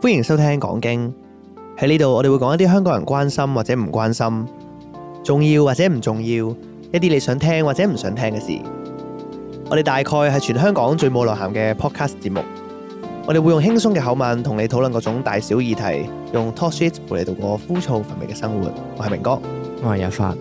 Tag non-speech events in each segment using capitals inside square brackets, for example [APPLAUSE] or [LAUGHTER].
歡迎收聽講經喺呢度，我哋會講一啲香港人關心或者唔關心，重要或者唔重要，一啲你想聽或者唔想聽嘅事。我哋大概係全香港最冇內涵嘅 podcast 節目。我哋會用輕鬆嘅口吻同你討論各種大小議題，用 talk shit 陪你度過枯燥乏味嘅生活。我係明哥，我係日發，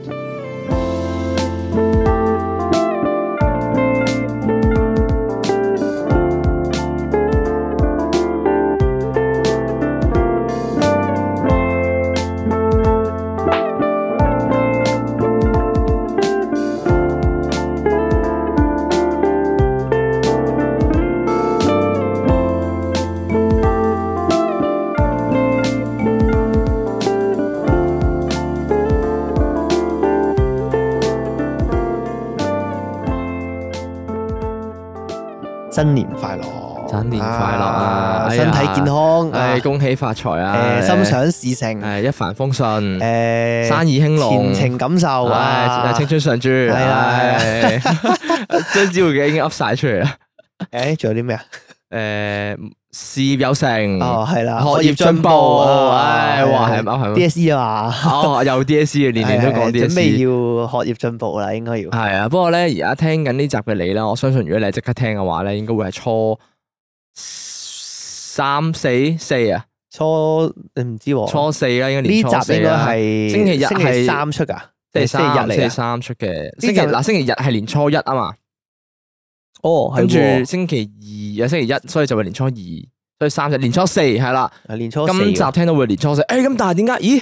新年快樂！新年快樂啊哎呀身體健康，誒啊恭喜發財啊！誒心想事成，誒一帆風順，誒生意興隆，前程感受唉啊！青春常駐，係啊唉， [LAUGHS] 將招嘅已經噏晒出嚟啦。誒，仲有啲咩啊？誒，事業有成，哦，係啦，嗯學業進步，啊唉，哇，係咪係咪？ DSE 啊嘛，哦，有 DSE 嘅，年年都 [LAUGHS] 講哎係係準備 DSE。要學業進步啦，應該要。係啊，不過咧，而家聽緊呢集嘅你啦，我相信如果你係即刻聽嘅話咧，應該會係初三四四啊，初你唔知喎，初四啦，應該哦呢年初集四應該啦。係星期日星期係三出噶，星期星期日嚟三、星期㗎。啊三出嘅，集星期嗱星期日係年初一啊嘛，哦，跟跟住住星期二啊星期一，所以就會年初二，所以三日年初四係啦。啊年初四今集喎聽到會年初四，誒咁但係點解？咦，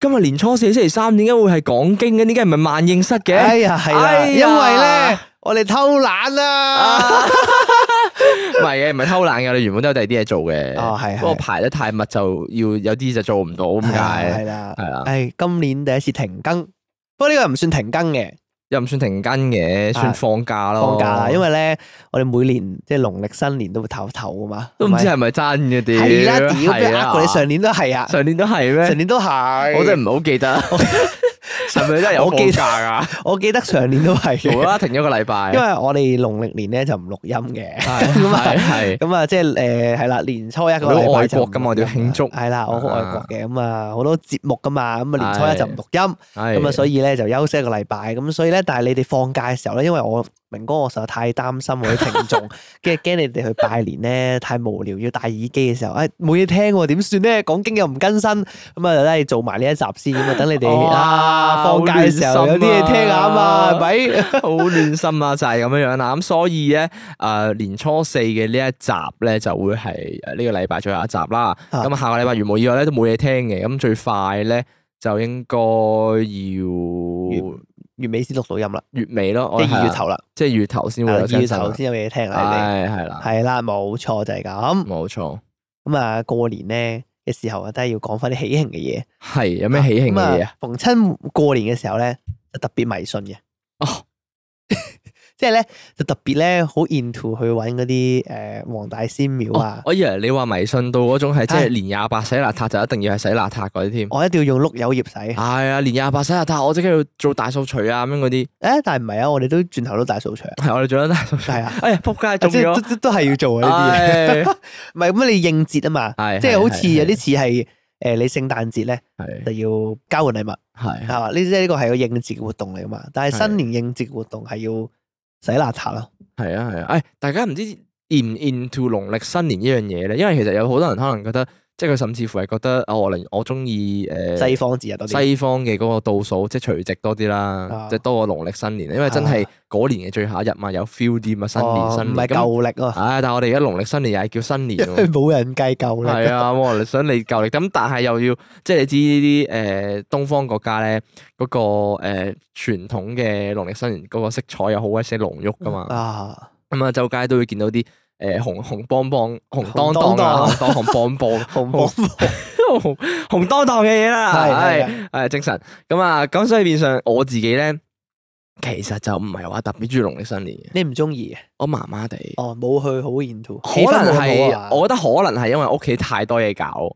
今日年初四星期三點解會係講經嘅？點解唔係萬應室嘅？哎呀係啦，哎因為咧呀我哋偷懶啦，啊唔係嘅，唔係偷懶嘅，我哋原本都有第二啲嘢做嘅。哦係係不過排得太密就要有啲就做唔到咁解，係啦，係啦，係今年第一次停更，不過呢個唔算停更嘅。又唔算停更嘅，啊算放假咯。放假啦，因為咧我哋每年即係農曆新年都會唞一唞啊嘛，都唔知係係咪真嘅屌。咪係啦，屌俾係人啊呃過你上年都係啊，上年都係咩上？年都係，我真係唔係好 [LAUGHS] 記得，係咪真係有我記放假㗎？我記得上年都係 [LAUGHS] 無嘅，啦啦停咗個禮拜，因為我哋農曆年咧就唔錄音嘅，咁啊係係咁啊即係誒係啦，年初一嗰個我禮都拜愛就唔國㗎嘛我哋要慶祝錄音係啦，我好愛國嘅，咁啊好多節目噶嘛，咁啊年初一就唔錄音，係咁啊所 [LAUGHS] 以咧就休息一個禮拜，咁所以咧但係你哋放假嘅時候咧，因為我明哥我實在太擔心我啲聽 [LAUGHS] 眾，跟住驚你哋去拜年咧太無聊要戴耳機嘅時候，誒冇嘢聽喎點算咧？講經又唔更新，咁啊就咧做埋呢一集先，咁啊等你哋 [LAUGHS] 哇啊放假嘅時好候亂心啊有啲嘢聽下啊嘛，係咪？好亂心啊，就係咁樣樣啦。咁所以咧，誒年初四嘅呢一集咧就會係呃誒呢個禮拜最後一集啦。啊咁下個禮拜如無意外咧都冇嘢聽嘅，咁最快咧就應該要 [LAUGHS] 月尾先錄到音啦，月尾咯，即我係二月 [LAUGHS] 係啊，頭啦，啊即係二月頭先會有二更月新啦頭先有嘢聽啦，係啊係啦，係啦，冇錯就係咁。冇錯，咁啊過年咧嘅時候啊，都係要講翻啲喜慶嘅嘢。係有咩喜慶嘅嘢咁啊？啊？逢親過年嘅時候咧，就特別迷信嘅，哦， [LAUGHS] 即係咧就特別咧好 into 去揾嗰啲誒黃大仙廟哦啊，我以為你話迷信到嗰種係即唉係年廿八洗邋遢就一定要係洗邋遢嗰啲添。我一定要用碌柚葉洗。誒，係啊，年廿八洗邋遢，我即刻要做大掃除啊咁樣嗰啲。但 [LAUGHS] 係唔係啊？我哋都轉頭都大掃除啊，係我哋做緊大掃除。係啊， [LAUGHS] 哎呀，仆街中即係都咗。都都係要做啊呢啲嘢。唉唔係咁你應節啊嘛，哎 [LAUGHS] 係即係好係似係有啲似係誒你聖誕節咧係就要交換禮物係係嘛？呢即係呢個係個應節嘅活動嚟噶嘛。但係嗯係新年應節活動係要洗邋遢咯。係啊係啊。哎，大家唔知 in 唔 into 農曆新年呢樣嘢咧？因為其實有好多人可能覺得，即係佢甚至乎係覺得，哦，我寧我中意誒西方節日多啲，西方嘅嗰個倒數，即係除夕多啲啦啊，即係多過農曆新年，啊因為真係嗰年嘅最後一日嘛，有 feel 啲嘛，新年哦新唔係年咁舊歷啊，唉，但係我哋而家農曆新年又係叫新 [LAUGHS] 年因為喎，冇人計舊歷。係啊，我想你舊歷，咁但係又要即係你知呢啲誒東方國家咧嗰個誒傳統嘅農曆新年嗰個色彩又好鬼死濃郁噶嘛，啊，咁啊周街都會見到啲誒紅紅邦邦、紅當紅當當當啊、紅當紅邦邦、紅寶紅 [LAUGHS] 紅當當嘅嘢啦，係係係係精神咁啊，咁所以變相我自己咧，其實就唔係話特別中意農曆新年嘅，你唔中意嘅，我麻麻地。哦，冇去好 into，可能係，我我覺得可能係因為屋企太多嘢搞，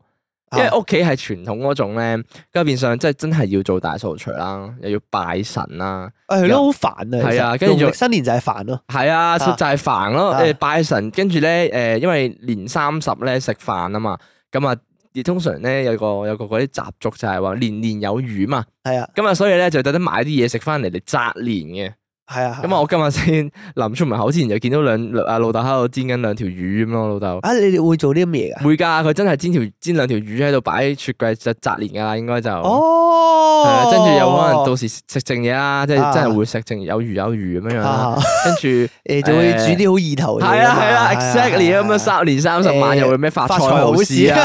因啊為屋企係傳統嗰種咧，跟住變啊相即係真係要做大掃除啦，又要拜神啦，係咯，好煩啊，係啊其實跟住農仲曆新年就係煩咯，係啊，就係煩咯，啊誒拜神，跟住咧誒，因為年三十咧食飯啊嘛，咁啊，而通常咧有個有個嗰啲習俗就係話年年有餘嘛，係啊，咁啊，所以咧就特登買啲嘢食翻嚟嚟紮年嘅。係啊。咁啊，我今日先臨出門口之前就見到兩阿老豆喺度煎緊兩條魚咁咯，我老豆。啊，你哋會做啲咁嘢㗎？會㗎，佢真係煎條煎兩條魚喺度擺喺雪櫃就紮年㗎啦，應該就。係哦啊，，跟住有可能到時食剩嘢啦，即啊係真係會食剩有魚有魚咁樣樣啦啊。跟住誒就會煮 [LAUGHS] 啲好意頭嘅嘢㗎嘛。係啦啊係啦係，exactly 啊咁樣。三年三十晚誒又會咩發發菜財好好市市啊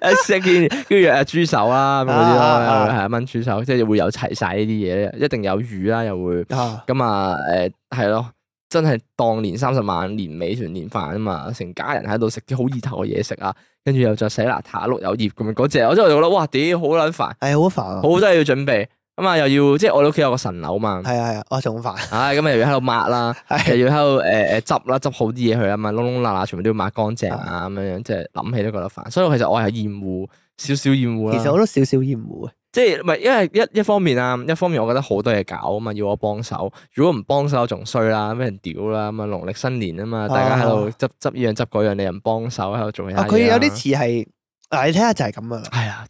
[LAUGHS] 啊， [LAUGHS] 食件跟住誒豬手啦咁嗰啲啊啊咯，係啊啊炆豬手，即係會有齊晒呢啲嘢咧，一定有魚啦，又會啊咁啊誒係咯。真係當年三十晚年尾團年飯啊嘛，成家人喺度食啲好意頭嘅嘢食啊，跟住又再洗邋遢碌柚葉咁樣嗰只，我真係覺得哇屌好撚煩，係好煩啊！好多嘢要準備，咁啊又要即係我哋屋企有個神樓 [LAUGHS] 嘛，係啊係啊，我仲煩。唉咁啊又要喺度抹啦，又係要喺度誒誒執啦，執好啲嘢去啊嘛，窿窿罅罅全部都要抹乾淨啊咁樣樣，即係諗起都覺得煩，所以其實我係厭惡少少厭惡其實我啦，都少少厭惡嘅。啊即係唔係因為一一方面啊，一方面我覺得好多嘢搞啊嘛，要我幫手，如果唔幫手仲衰啦，俾人屌啦，咁啊農曆新年啊哦嘛，大家喺度執執呢樣執嗰樣，你又唔幫手喺度做其他啊，嘢啦佢有啲似係嗱，你睇下就係咁啊。係啊，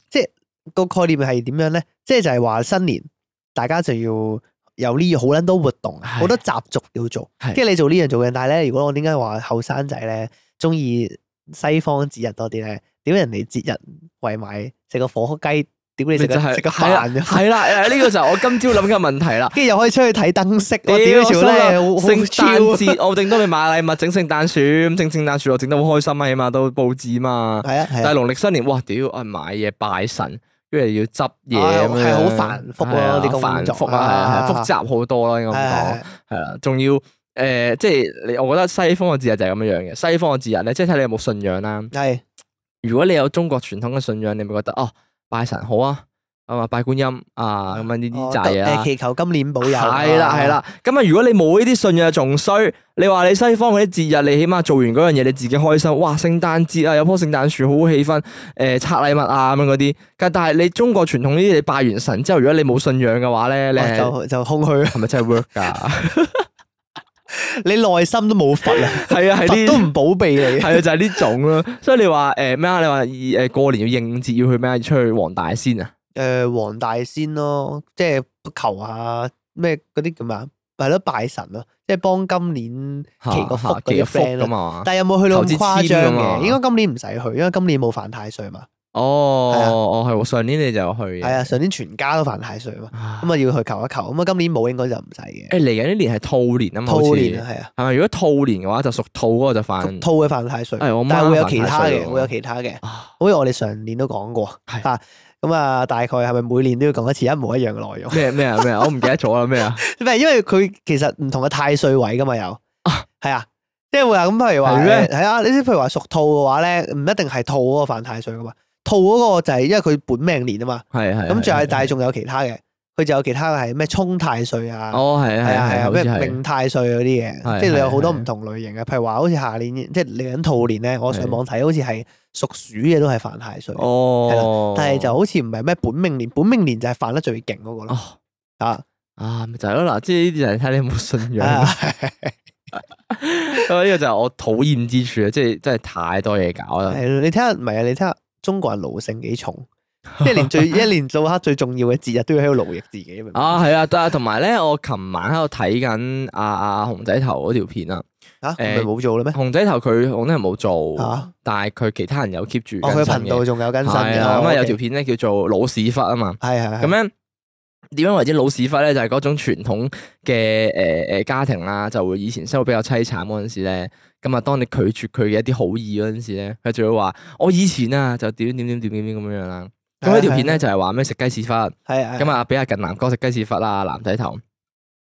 個概念係點樣咧？即係就係話新年大家就要有呢好撚多活動，啊係好多習俗要做，係跟住你做呢樣做嘅。但係咧，如果我點解話後生仔咧中意西方節日多啲咧？屌人哋節日圍埋食個火雞，屌你食就個係食個係啦飯啫，係啊啦，誒呢個就係我今朝諗嘅問題啦。跟住又可以出去睇燈飾。屌我屌你條咧，好好聖誕 chill 節我頂多你買禮物整聖誕樹，咁整聖誕樹我整得好開心啊，起碼都佈置嘛。係啊係但係啊，農曆新年，哇屌，啊買嘢拜神，跟住又要執嘢唉咁樣，係好繁複咯係啊呢個繁工作複啊，係係複雜好多咯，應該咁講係係啦，仲要誒，即係你，我覺得西方嘅節日就係咁樣樣嘅。西方嘅節日咧，即係睇你有冇信仰啦。係如果你有中國傳統嘅信仰，你咪覺得哦拜神好啊，啊嘛拜觀音啊咁樣呢啲扎嘢哦啦誒。祈求今年哦保佑。係啦係，啦，咁啊如果你冇呢啲信仰仲衰，你話你西方嗰啲節日，你起碼做完嗰樣嘢你自己開心，哇聖誕節啊有棵聖誕樹好好氣氛，誒、拆禮物啊咁樣嗰啲，但但係你中國傳統呢啲，你拜完神之後，如果你冇信仰嘅 [LAUGHS] 話咧，你哦係就就空虛，係咪真係啊 work 噶？你內心都冇佛啊！係 [LAUGHS] 啊係佛都呢。唔保庇你系。啊，就 [LAUGHS] 係呢種咯，所以你話诶咩啊？你話诶過年要應節要去咩啊？要出去黃大仙啊？诶、呃黃大仙咯，即係求下咩嗰啲叫咩啊？係咯，拜神咯，即係幫今年。祈個福嚇祈個嗰啲福 friend 咯咁啊？但係有冇去到咁誇求支簽㗎張嘛嘅？應該今年唔使去，因為今年冇犯太歲嘛。哦係啊哦係喎，上年你就有去嘅。係啊，上年全家都犯太歲嘛，啊咁啊要去求一求。咁啊今年冇應該就唔使嘅。誒嚟緊呢年係兔年啊嘛，好似兔年啊，係啊，係咪？如果兔年嘅話，就屬兔嗰個就犯兔嘅犯太歲，係我媽但係會有犯其太他歲嘅，喎會有其他嘅。啊好似我哋上年都講過，係啊咁啊，大概係咪每年都要講一次一模一樣嘅內容？咩 [LAUGHS] 咩啊咩啊，我唔記得咗啦咩啊，唔係，因為佢其實唔同嘅太歲位噶嘛，有係啊，即係會話咁，譬如話哦係咩誒係啊，你知譬如話屬兔嘅話咧，唔一定係兔嗰個犯太歲噶嘛，兔嗰個就係因為佢本命年啊嘛，係係咁仲有，但係係仲有其他嘅，佢就有其他嘅係咩沖太歲啊，哦係係係啊係係啊，好似咩係命太歲嗰啲係啊嘅，即係你係有好多係唔同類型嘅，譬如話好似下年即係嚟緊兔年咧，我上係網睇好似係屬鼠嘅都係犯太歲，哦，但係就好似唔係咩本命年，本命年就係犯得最勁嗰個咯哦啊啊咪就係咯嗱，即係呢啲就係睇你有冇信仰啊啦。咁呢個就係我討厭之處啊，即係真係太多嘢搞啦。係咯，你睇下，唔係啊，你睇下中國人奴性幾 [LAUGHS] 重，即係連最一年到黑最重要嘅節日都要喺度奴役自己，明唔明啊，係啊，但係同埋咧，我琴晚喺度睇緊阿阿熊仔頭嗰條片啊，啊？唔誒係冇做啦咩？熊仔頭佢我真係冇做啊，但係佢其他人有 keep 住哦，佢更新頻嘅道仲有更新嘅，哦係啊，咁啊有條條片咧叫做老屎忽啊嘛，係係咁咁咧點樣為之老屎忽咧？就係嗰種傳統嘅誒誒家庭啦，就會以前生活比較凄慘嗰陣時咧，咁啊當你拒絕佢嘅一啲好意嗰陣時咧，佢就會話：我以前啊就點點點點點點咁樣樣啦。咁呢條片咧就係話咩食雞屎忽，咁係啊，啊俾阿近南哥食雞屎忽啦，男仔頭。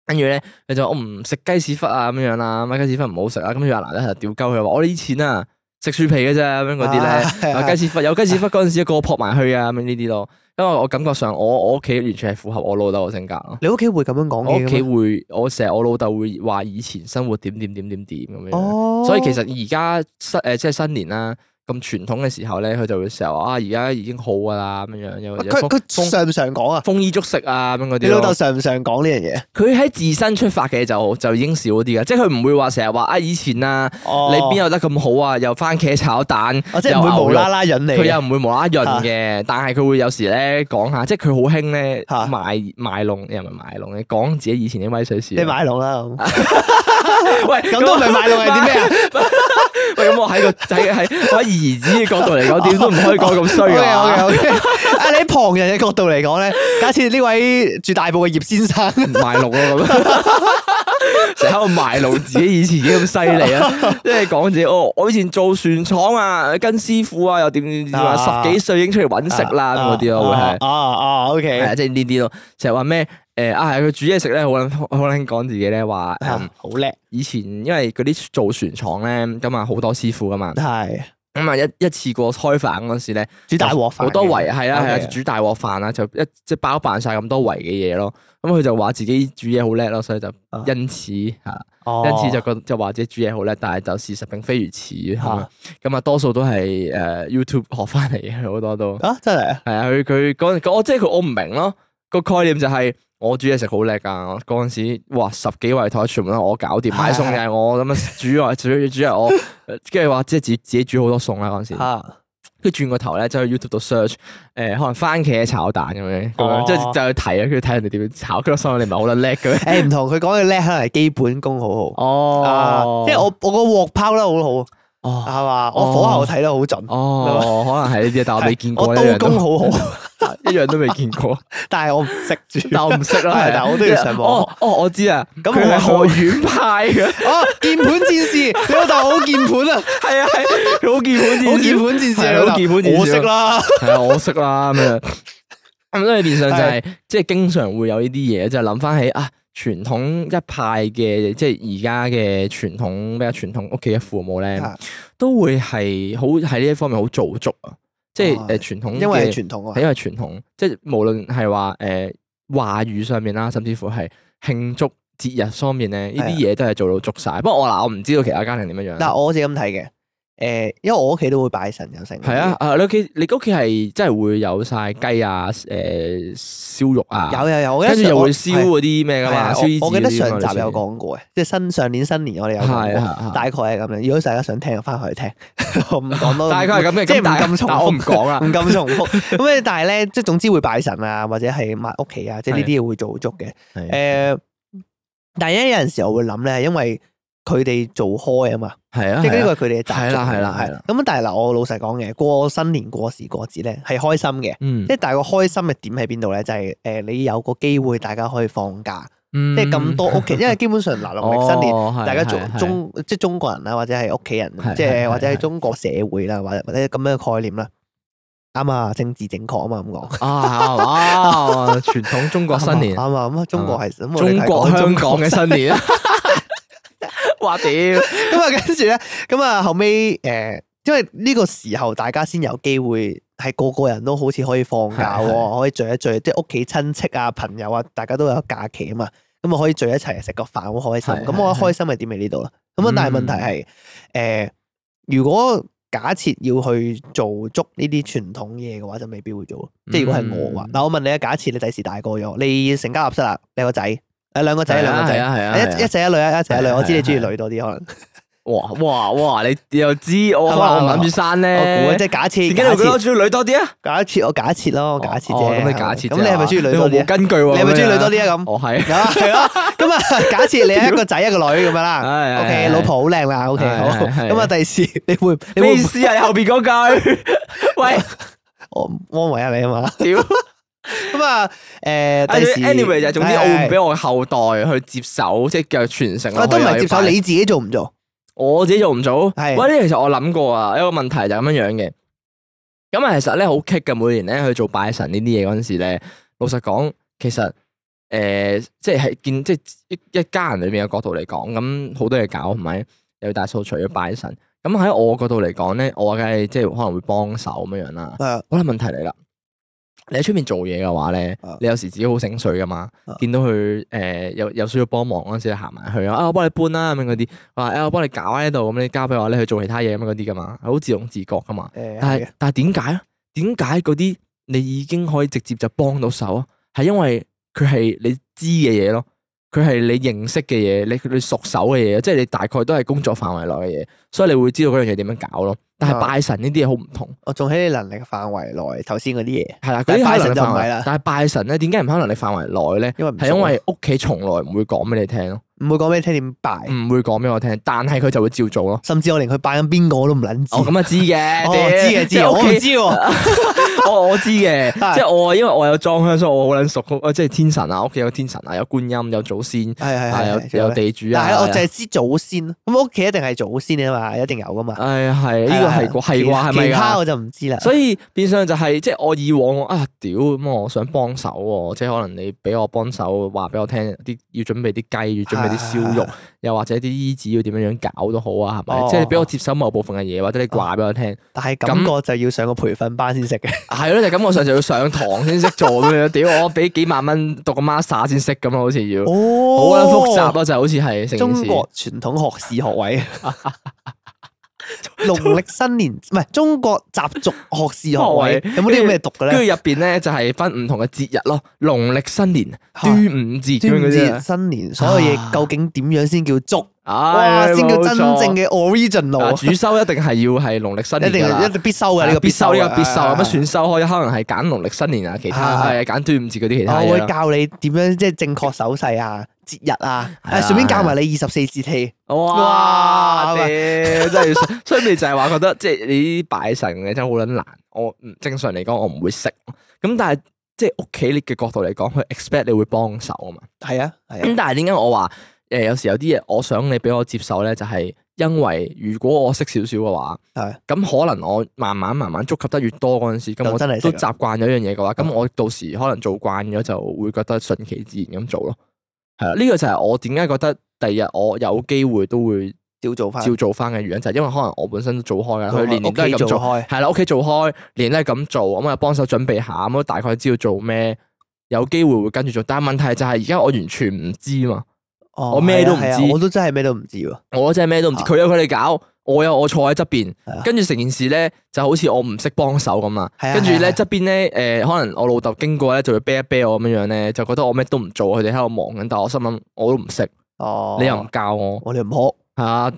跟住咧，佢就話我唔食雞屎忽啊咁樣啦，乜雞屎忽唔好食啊。跟住阿男仔頭就屌鳩佢話：我以前啊食樹皮嘅啫咁樣嗰啲咧。啊咧有雞屎忽，有雞屎啊忽嗰陣時，一個撲埋去啊咁樣呢啲咯。因為我感覺上，我我屋企完全係符合我老豆嘅性格咯。你屋企會咁樣啊講嘢我屋嘅企咩會，我成日我老豆會話以前生活點點點點點點咁樣。哦，呃所以其實而家新誒即係新年啦，咁傳統嘅時候咧，佢就會成日話啊，而家已經好㗎啦咁樣，又或者啊佢豐佢豐常唔常講啊？豐衣足食啊咁樣嗰你啲老豆咯。常唔常講呢樣嘢？佢喺自身出發嘅就就已經少啲㗎，即係佢唔會話成日話啊以前啊，哦你邊有得咁好啊，又番茄炒蛋，哦即係唔有牛會無肉啦啦引你佢又唔會無啦啦潤啊嘅，但係佢會有時咧講下，即係佢好興咧嚇賣賣弄，又唔係賣弄嘅，講自己以前啲威水史。你買籠啦咁，喂咁都唔係買籠係啲咩啊？ [LAUGHS] 喂，咁我喺個喺喺喺兒子嘅角度嚟講，點都唔可以講咁 [LAUGHS] 衰 OK 㗎。 OK OK，啊你喺旁人嘅角度嚟講咧，假設呢位住大埔嘅葉先生，賣弄啊咯咁， [LAUGHS] 成日喺度賣弄自己以前幾咁犀 [LAUGHS] 利啊！即係講自己哦，我以前做船廠啊，跟師傅啊，又點點點啊，啊十幾歲已經出嚟揾食啦咁嗰啲咯，會係啊。啊啊係啊， OK，即係呢啲咯，就係話咩誒啊，係佢煮嘢食咧，好撚好撚講自己咧話啊誒好叻，以前因為嗰啲做船廠咧，咁啊好多師傅噶嘛，係咁啊一一次過開飯嗰時咧，煮大鑊飯嘅，好多啊圍係啦係啦， OK 煮大鑊飯啦，就一即係包辦晒咁多圍嘅嘢咯。咁佢就話自己煮嘢好叻咯，所以就啊因此嚇，哦因此就覺就話自己煮嘢好叻，但係就事實並非如此啊咁啊，多數都係誒 YouTube 學翻嚟嘅好多都。啊真係啊系啊，佢佢嗰陣，我即係佢，我唔明咯。個概念就係我煮嘢食好叻噶，我嗰陣時哇十幾圍台全部都係我搞掂，係買餸又係我咁樣煮啊煮煮煮係我，跟住話即係自己自己煮好多餸啦嗰陣時。啊跟住轉個頭咧，就去 YouTube 度 search 呃誒可能番茄炒蛋咁樣，咁哦樣即係就去睇啊，跟住睇人哋點樣炒，跟住我心諗你唔係好撚 [LAUGHS] 叻嘅咩？誒唔同佢講嘅叻，可能係基本功好好。啊哦，即係我我個鑊拋得好好，哦係嘛？我火候睇得好準，哦，可能係呢啲，但我未見過我呢刀樣工都好好， [LAUGHS] 一樣都未見過，但係我唔識煮。 [LAUGHS] 但 [LAUGHS] 我唔識啦，係係啊但我都要上網哦哦，我知啊，咁咁佢係我何院派嘅。哦，鍵盤戰士，你老豆好鍵盤 [LAUGHS] 啊，系啊系，好鍵盤好鍵戰士，盤戰士係啊，好鍵盤戰士我識啦。係啊，我識啦咁樣。咁所以變相就係、即係經常會有呢啲嘢，就係諗翻起啊傳統一派嘅，即係而家嘅傳統比較傳統屋企嘅父母咧啊，都會係好喺呢一方面好做足啊，即係哦誒傳統嘅， [LAUGHS] 因為係傳統啊係因為傳統，即係無論係話誒話語上面啦，甚至乎係慶祝節日方面咧，呢係啊啲嘢都係做到足晒。不過我嗱，我唔知道其他家庭點樣樣啦。嗱，我自己咁睇嘅，誒，因為我屋企都會拜神有成。係啊，，啊你屋企你屋企係真係會有晒雞啊，誒燒肉啊，有有有，我記得跟住又會燒上我嗰啲咩噶係嘛，啊燒衣紙我我記得嗰啲上嘛集有，類似講過嘅，即係新上年新年我哋有係啊講過，係大概係咁樣。如果大家想聽，翻去聽， [LAUGHS] 我唔講多。 [LAUGHS] 啊大概係咁嘅，即係唔但係咁重但我唔複。[LAUGHS] 講啦，唔咁重複，咁咧，但係咧，即係總之會拜神啊，或者係抹屋企啊，即係呢啲嘢會做足嘅。誒、係啊但係咧有陣時我會諗咧，因為佢哋做開啊嘛，係啊，即係呢係啊個係佢哋嘅習俗嚟係啦嘅係啦係啦。咁但係嗱，我老實講嘅，過新年過時過節咧係開心嘅，嗯即係但係個開心嘅點喺邊度咧？就係、誒、你有個機會大家可以放假，嗯即係咁多屋 [LAUGHS] 企，因為基本上嗱農曆新年。年大家做中即係中國人啦，啊或者係屋企人係，即係係係或者係係中國社會啦，或者或者咁樣嘅概念啦。啱啊，政治正確啊嘛，咁講。啊啊 [LAUGHS] 傳統中國新 [LAUGHS] 年啱，啊啱啊，咁啊中國係咁我哋中係國講香中港嘅新 [LAUGHS] 年，哇屌，咁啊， [LAUGHS] 跟住咧，咁啊，後尾誒、呃因為呢個時候大家先有機會係個個人都好似可以放假係係喎，可以聚一聚，即係屋企親戚啊、朋友啊，大家都有假期啊嘛，咁啊可以聚一齊食個飯，好開心。係咁我係嗯覺得開心係點喺呢度啦。咁啊，但係問題係誒、呃如果假設要去做足呢啲傳統嘢嘅話，就未必會做咯。即係如果係我嘅話，嗯嗱、我問你啊，假設你第時大個咗，你成家立室啦，你有個仔，誒兩個係仔，啊兩個仔係。啊係啊係啊一一仔一女啊，一仔一女，係啊我知你中意係啊女多啲可能。哇哇哇！你你又知我係可嘛能我唔諗住生我咧估，即係假設，點解假你覺得我設，中意女多啲啊？假設，我假設咯，我假設哦啫。咁你假設啫咁你係咪中意女多你啲冇啊？根據喎，你 [LAUGHS] 係咪中意女多啲？啲啊？ [LAUGHS] 咁我係啊係咯。咁啊，假設 [LAUGHS] 你係一個仔一個女咁樣啦。係 O K，係啊老婆好靚啦。O K，係好。係係咁啊，第時 [LAUGHS] 你會你咩會意思啊？你後邊 [LAUGHS] 嗰句，喂，我安慰下你啊嘛。屌咁啊，誒，第時啊！anyway 就係總之我會係俾我後代去接手，即係叫傳承係落啊去。都唔係接受有一塊你自己做唔做？我自己做唔做？係喂，呢其實我諗過啊，一個問題就係咁樣樣嘅。咁啊，其實咧好棘嘅，每年咧去做拜神呢啲嘢嗰陣時咧，老實講，其實诶、呃即係見即係一一家人裏面嘅角度嚟講，咁好多嘢搞，係咪？又要大掃除，要拜神。咁喺我角度嚟講咧，我梗係即係可能會幫手咁樣樣啦。係啊好啦，問題嚟啦，你喺出面做嘢嘅話咧啊，你有時自己好醒水噶嘛啊，見到佢誒有有需要幫忙嗰陣時，你行埋去嗯啊，我幫你搬啦咁樣嗰啲，話啊我幫你搞喺度，咁你交俾我咧去做其他嘢咁樣嗰啲噶嘛，係好自動自覺噶嘛。誒但係啊係嘅但係點解咧？啊點解嗰啲你已經可以直接就幫到手啊？係因為佢係你知嘅嘢咯，佢係你認識嘅嘢，你你熟手嘅嘢，即係你大概都係工作範圍內嘅嘢，所以你會知道嗰樣嘢點樣搞咯。但係啊拜神呢啲嘢好唔同。我仲喺你能力嘅範圍內，頭先嗰啲嘢，係啦，嗰但係啲拜拜神神就就唔唔係係啦啦。但係拜神咧，點解唔喺能力範圍內咧？因為唔係熟因啊為屋企從來唔會講俾你聽咯，唔會講俾你聽點拜，唔會講俾我聽，但係佢就會照做咯。甚至我連佢拜緊邊個我都唔撚 [LAUGHS] 知。我咁啊知嘅，哦知嘅知即係嘅，我唔屋企哦知喎。我我知嘅， [LAUGHS] 係即係我因為我有裝香，所以我好撚熟，我即係天神啊，屋企有天神啊，有觀音，有祖先，係係啊係有係仲有咧地主但啊。係我淨係知祖先咯，咁屋企一定係祖先啊嘛，一定有噶嘛。唉哎係呢個係啊啩係其啩係咪啊其他㗎？我就唔 [LAUGHS] 知啦。所以變相就係、即係我以往我啊屌咁，我想幫手喎，即係可能你俾我幫手，話俾我聽啲要準備啲雞，要準備啲燒肉，又或者啲衣紙要點樣樣搞都好啊，係咪？啊哦即係你俾我接手某部分嘅嘢，或者你話俾我聽，啊但係感覺就要上個培訓班先識 [LAUGHS] 嘅。係咯、就感覺上就要上堂先識做咁樣。屌我俾幾萬蚊讀個 master 先識咁啊，好似要。好哦撚複雜。啊咯，就好似係成件中事。國傳統學士學位， [LAUGHS] 農曆新年唔係中國習俗學士學位，學位有冇啲咁嘅讀嘅跟咧？住入邊咧就係分唔同嘅節日咯，農曆新年、嚇端午節咁端樣午嗰啲節、啊新年，所有啊嘢究竟點樣先叫足？哇！唉先叫冇真錯正嘅啊 original，主修一定係要係農曆新一年定㗎啦一定必修嘅係呢啊個必修呢個嘅必修，啊乜選修開可能係揀農曆新年啊，其他啊哦係揀端午節嗰啲其他我嘢會啦。教你點樣即係正確手勢啊、節日啊，係啊誒順便教埋你二十四節氣。哇！哇屌真係，所以咪就係話覺得即係你啲拜神嘅真係好撚難。我唔正常嚟講，我唔會識。咁但係即係屋企你嘅角度嚟講，佢 expect 你會幫手啊嘛。係啊，係咁啊，但係點解我話誒、有時有啲嘢我想你俾我接受咧，就係、因為如果我識少少嘅話，係咁可能我慢慢慢慢觸及得越多嗰陣時，咁就我真係識嗯都啦習慣咗一樣嘢嘅話，咁我到時可能做慣咗就會覺得順其自然咁做咯。係啊啦，呢、個就係我點解覺得第二日我有機會都會照做翻，照做翻嘅原因，就係、因為可能我本身都做開噶啦，佢年年都屋係企咁做做，開。係啦，屋企做開，年年都係咁做，咁啊幫手準備下，咁我大概知道做咩，有機會會跟住做。但係問題就係而家我完全唔知嘛。哦我咩都唔係啊知係啊我都真係咩都唔知喎。我真係咩都唔知，啊佢有佢哋搞，我有我坐喺側邊係啊，跟住成件事咧就好似我唔識幫手咁啊。係啊跟住係咧啊側邊咧誒，可能我老豆經過咧就會啤一啤我咁樣樣咧，就覺得我咩都唔做，佢哋喺度忙緊，但我心諗我都唔識，哦，你又唔教我我哋唔學，係啊？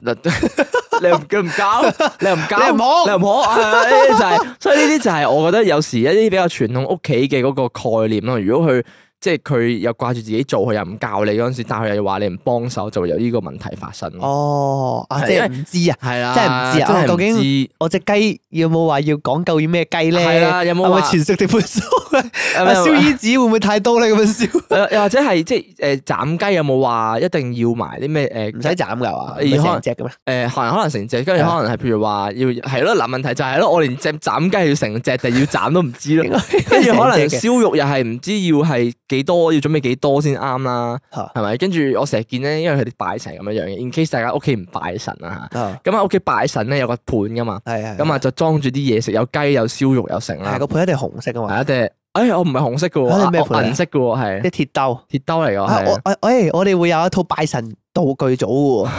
你又唔 [LAUGHS] 佢唔教，你又唔教，你又唔好你又唔好，係啊呢啲就係，所以呢啲就係我覺得有時一啲比較傳統屋企嘅嗰個概念咯。如果佢即係佢又掛住自己做，佢又唔教你嗰陣時，但係佢又話你唔幫手，就會有呢個問題發生咯。哦，啊，即係唔知啊。系啦，真係唔知啊真係究竟唔知我只雞有冇話要講究要咩雞咧？係啦有冇話係咪全食定半熟啊？啊啊 [LAUGHS] 燒衣紙會唔會太多咧？咁樣燒 [LAUGHS] 又又或者係即係诶斬雞有冇話一定要埋啲咩诶唔 [LAUGHS] 使啊斬㗎嘛，咦唔可係能成隻嘅咩？诶可能可能成隻，跟住可能係譬如話要係咯嗱問題就係咯，我連只斬雞要成隻定要斬都唔 [LAUGHS] 知應咯，該跟住可能成隻嘅燒肉又係唔知要係幾多，要準備幾多先啱啦，嚇係咪？跟住我成日見咧，因為佢哋拜神咁樣樣嘅，in case 大家屋企唔拜神啊啊，吓，咁喺屋企拜神咧有個盤噶嘛，係係咁啊就裝住啲嘢食，有雞有燒肉有成啦係，個盤一定係紅色啊㗎嘛，係一定。哎，我唔係紅色嘅啊你咩喎，盤我啊銀色嘅喎，係。啲鐵兜。鐵兜嚟㗎，啊！係我我誒，我哋會有一套拜神道具組嘅喎，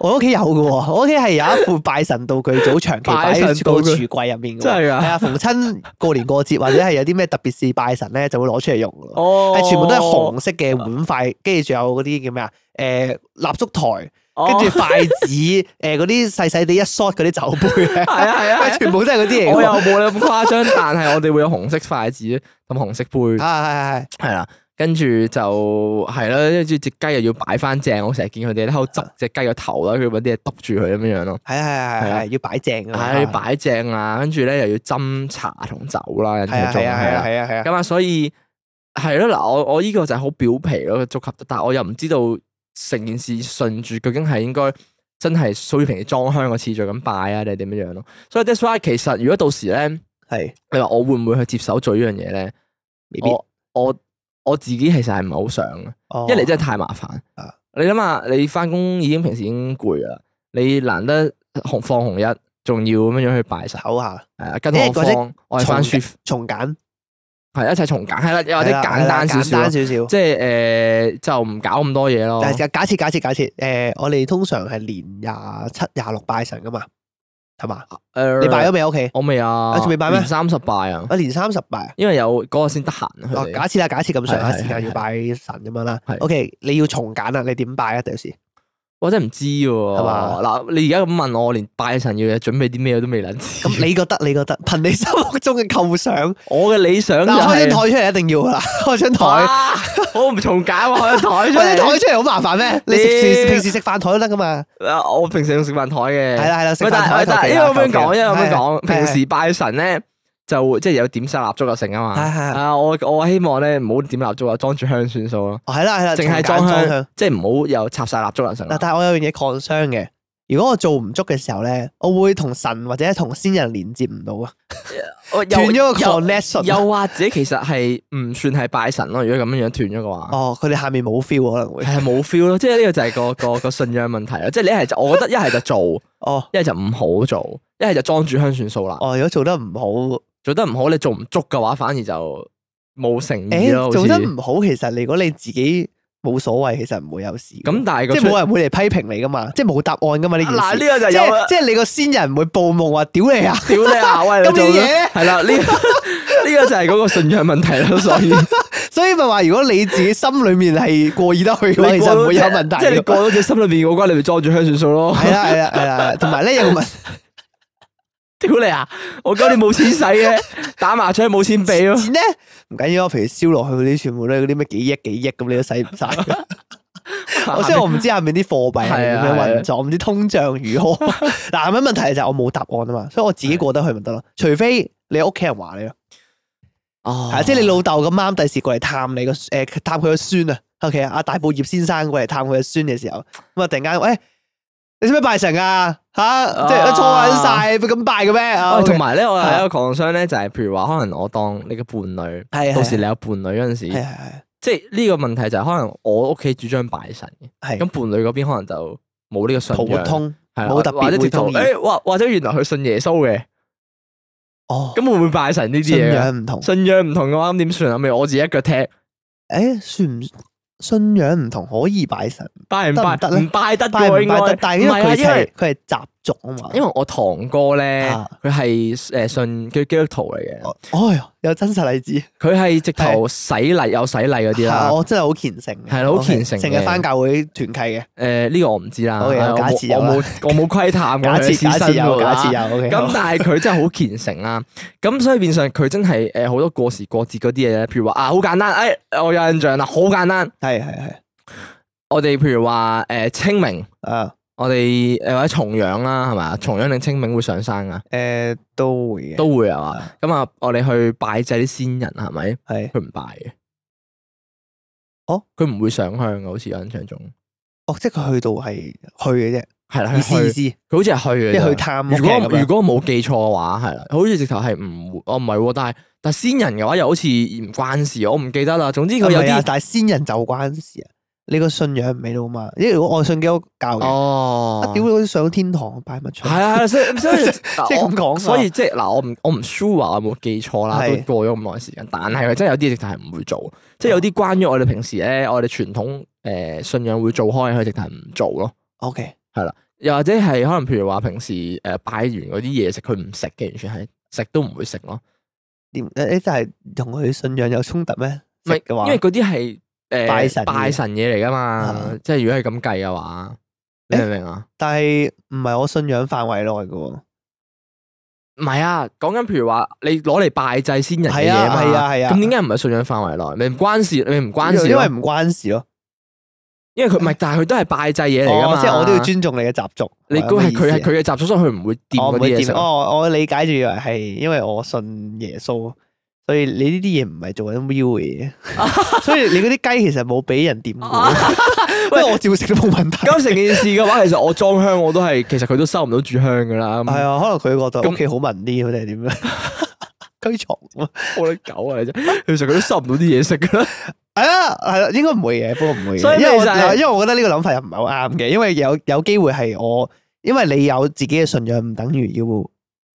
我屋企有嘅喎，我屋企係有一副拜神道具組，長期擺拜神喺個道櫥具櫃入面嘅喎。真係㗎係啊，逢親過年過節或者係有啲咩特別事拜神咧，就會攞出嚟用嘅喎。哦係全部都係紅色嘅碗筷，跟住仲有嗰啲叫咩啊？誒蠟燭台，哦跟住筷子，誒嗰啲細細地一 shot 嗰啲酒杯咧，係啊係啊 [LAUGHS] 係啊全部都係嗰啲嚟我嘅又喎。冇你咁誇張， [LAUGHS] 但係我哋會有紅色筷子同紅色杯，啊係係係係啦，跟住就係啦，跟住只雞又要擺翻正，我成日見佢哋喺度執啊只雞個頭啦，佢揾啲嘢篤住佢咁樣樣咯，係啊係係係啊係要擺正嘅。係要擺正啊，跟住咧又要斟茶同酒啦，人係哋啊仲係啊係係啊啦，係啊係啊。咁啊，所以係咯嗱，我我呢個就係好表皮咯，觸及得，但係我又唔知道成件事順住究竟係應該真係水平裝香個次序咁拜啊，定係點樣樣咯？所以 that's why 其實如果到時咧。係你話我會唔會去接手做呢樣嘢咧？未必我我我自己其實係唔係好想啊嘅，哦一嚟真係太麻煩啊。你諗下，你翻工已經平時已經攰啦，你難得紅放紅日，仲要咁樣樣去拜神，唞下係啊，跟因為我嗰隻放，我係翻重書，重簡。係一齊從簡，係啦，又或者係啦簡單少係少啦簡咯，單少少。即係誒就唔搞咁多嘢咯。但係假假設假設假設，誒，我哋通常係年廿七、廿六拜神噶嘛，係嘛？誒你拜咗未？屋企呃我未啊，啊仲未拜咩年三十拜啊，啊，年三十拜。因為有嗰個先得閒啊。佢哦，哋假設啦，假設咁上下係係時間係要拜神咁樣啦係。 OK，你要重簡啦，你點拜啊？第時我真係唔知喎。係嘛嗱，你而家咁問我，我連拜神要嘢準備啲咩都未撚知。咁你覺得你覺得憑你心目中嘅構想， [LAUGHS] 我嘅理想就嗱，開張係台出嚟一定要噶啦，開張台。 [LAUGHS] 哇我唔從簡喎，開開張張台出嚟台出嚟好麻煩咩？你食屌平時食飯台都得噶嘛？啊 [LAUGHS] 我平時用食飯台嘅。係啦係啦，食喂飯但台係求但其係因為啦啊咁樣講，因為咁樣講，求其啦平時拜神咧就會即係有點晒蠟燭嘅成啊係嘛。係係啊，我我希望咧唔好點蠟燭啊，裝住香算數咯，哦係啦係啦，淨係重簡裝裝香，即係唔好有插晒蠟燭嘅成嗱，。但係我有樣嘢擴傷嘅。如果我做唔足嘅時候咧，我會同神或者同先人連接唔到啊，我斷哦又咗個又 connection 啊。又或者其實係唔算係拜神咯，如果咁樣樣斷咗嘅話。哦，佢哋下面冇 feel 可能會。係冇 feel 咯，即係呢個就係個個個信仰問題啊啦。即係你一係就，我覺得一係就做，哦一係就唔好做，一係就裝住香算數啦。哦，如果做得唔好，做得唔好，你做唔足嘅話，反而就冇誠意啊咯。好誒似做得唔好，其實你如果你自己冇所謂，其實唔會有事。咁，但係個即係出冇人會嚟批評你噶嘛，即係冇答案噶嘛呢件嗱呢事。個即就有啊啦係即係你個先人唔會報夢話屌你啊！屌你啊！喂，咁你做嘅嘢咗係啦，呢 [LAUGHS] 呢個就係嗰個信仰問題啦。所以所以咪話，如果你自己心裏面係過意得去嘅話，其實唔會有問題即係你嘅。過咗隻心裏邊嗰關，你咪裝住香算數咯。係啦係啦係啦，同埋咧有個問，屌你啊！我今年冇錢使嘅， [LAUGHS] 打麻雀冇錢俾咯。錢咧 [LAUGHS] 唔緊要，譬如燒落去嗰啲，全部都係嗰啲咩幾億幾億咁，你都使 [LAUGHS] 唔晒。我雖然我唔知下面啲貨幣係點啊樣運作，唔知通脹如 [LAUGHS] 何。嗱，咁樣問題就係我冇答案啊嘛，所以我自己過得去咪得咯。除非你屋企人話你咯，哦係即係你老豆咁啱，第時過嚟探你個誒探佢個孫啊。O.K. 阿大埔葉先生過嚟探佢個孫嘅時候，咁啊突然間，喂，你使唔使拜神啊？吓，即係錯緊晒，咁拜嘅咩？啊哦，同埋咧，我係啊有一個創傷咧，就係譬如話，可能我當你嘅伴侶，係到時係你有伴侶嗰陣時，係係即係呢個問題就係可能我屋企主張拜神嘅，係咁伴侶嗰邊可能就冇呢個信普仰，通係啦冇特別啊或者會直頭中意誒或或者原來佢信耶穌嘅，哦，咁會唔會拜神呢啲信嘢啊？仰唔同。信仰唔同嘅話，咁點算啊？咪我自己一腳踢，誒，算唔信仰唔同可以拜神，拜唔拜得唔得咧唔拜得拜嘅喎，唔應拜得？該但係因為唔係啊佢因為係佢係習俗啊嘛。因為我堂哥咧啊，佢係誒信佢基督徒嚟嘅，哦，哎有真實例子，啊佢係直頭洗禮有洗禮嗰啲啦係。我真係好虔誠嘅，係啦好虔誠嘅成日翻教會團契嘅。誒呢個我唔知啦，好嘅係啊假設有我啦冇我冇窺探過假佢嘅設私生假設有，活啦假設有，OK 咁好。但係佢真係好虔誠啦，咁所以變相佢真係誒好多過時過節嗰啲嘢咧，譬如話啊好簡單，誒、我有印象啦，好簡單，係係係我哋譬如話誒、清明，啊我哋誒或者重陽啦，係嘛？重陽定清明會上山啊，誒都會嘅，都會係嘛？咁啊，我哋去拜祭啲先人係咪？係佢唔拜嘅，哦，佢唔會上香嘅，好似有印象中哦，即係佢去到係去嘅啫，係啦，意佢去思意思，即佢好似係去嘅係啫，去探屋企如果人咁如樣。果冇記錯嘅話，係啦，好似直頭係唔會，哦唔係喎，但係但係先人嘅話又好似唔關事，我唔記得啦。總之佢有唔係啊啲但係先人就關事啊，你個信仰唔喺度嘛。因為如果我信基督教嘅，哦啊，屌你上天堂拜乜出？係 [LAUGHS] 啊，係啊所以所以即係咁嗱講啊我所以即係嗱，我唔我唔 sure 話我有冇記錯啦，係都過咗咁耐時間，但係佢真係有啲直頭係唔會做，即係有啲關於我哋平時咧，我哋傳統誒信仰會做開，佢直頭係唔做咯。 OK，又或者係可能譬如話平時誒拜完嗰啲嘢食，佢唔食嘅，完全係食都唔會食咯。點誒誒，就係同佢信仰有衝突咩？唔係食嘅話因為嗰啲係誒呃拜神嘅拜神嘢嚟噶啊嘛，即係如果係咁計嘅話，你明唔明啊？但係唔係我信仰範圍內嘅喎。唔係啊，講緊譬如話你攞嚟拜祭先人嘅係嘢啊嘛，係啊係啊。咁點解唔係信仰範圍內？你唔關事，你唔關事咯，因為唔關事咯。因為佢唔係，但係佢都係拜祭嘢嚟噶哦嘛，即係我都要尊重你嘅習俗。你咁估嘅係意佢思啊係佢嘅習俗，所以佢唔會掂我唔嗰啲會嘢食掂。咯。哦，我理解住以為係因為我信耶穌，所以你呢啲嘢唔係做緊 real 嘅嘢， [LAUGHS] 所以你嗰啲雞其實冇俾人掂過，因為我照食都冇問題。咁成件事嘅話，其實我裝香我都係，其實佢都收唔到住香噶啦。係咁啊，可能佢覺得咁屋企好聞啲，佢哋係點 [LAUGHS] 樣？驅蟲啊我啲狗啊，你啫，其實佢都收唔到啲嘢食噶啦。係啊，係啦，應該唔會嘅，不過唔會嘅。所以因為我咪就係因為我覺得呢個諗法又唔係好啱嘅，因為有有機會係我，因為你有自己嘅信仰，唔等於要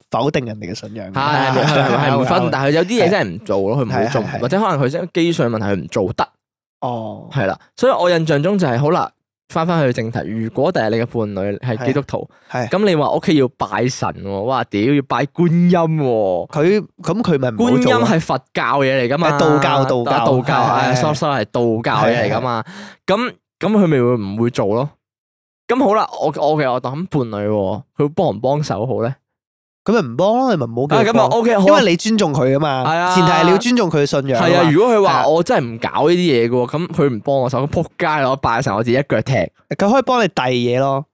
否定人哋嘅信仰嘅。 [LAUGHS] 係係 [LAUGHS] 係係係唔分，但係有啲嘢真係唔做咯，佢唔係好係做，係或者可能佢真係基上問題佢唔做得，哦，係啦。所以我印象中就係好啦，翻翻去正題，如果第日你嘅伴侶係基督徒，係咁你話屋企要拜神喎，哇屌要拜觀音喎。佢咁佢咪唔觀好音做咯。係佛教嘢嚟噶嘛？係道教道教啊道教，係係係係 sorry sorry 係道教嘢嚟噶嘛？咁咁佢咪會唔會做咯？咁好啦，我我嘅我諗伴侶喎，佢幫唔幫手好咧？佢咪唔幫咯，你咪唔好叫啊佢咁啊幫。 OK，好啊因為你尊重佢啊嘛，係啊前提係你要尊重佢嘅信仰。係啊，，如果佢係啊話我真係唔搞呢啲嘢嘅喎，咁佢唔幫我手，咁仆街啦！我拜神，我自己一腳踢，祭佢可以幫你遞嘢咯，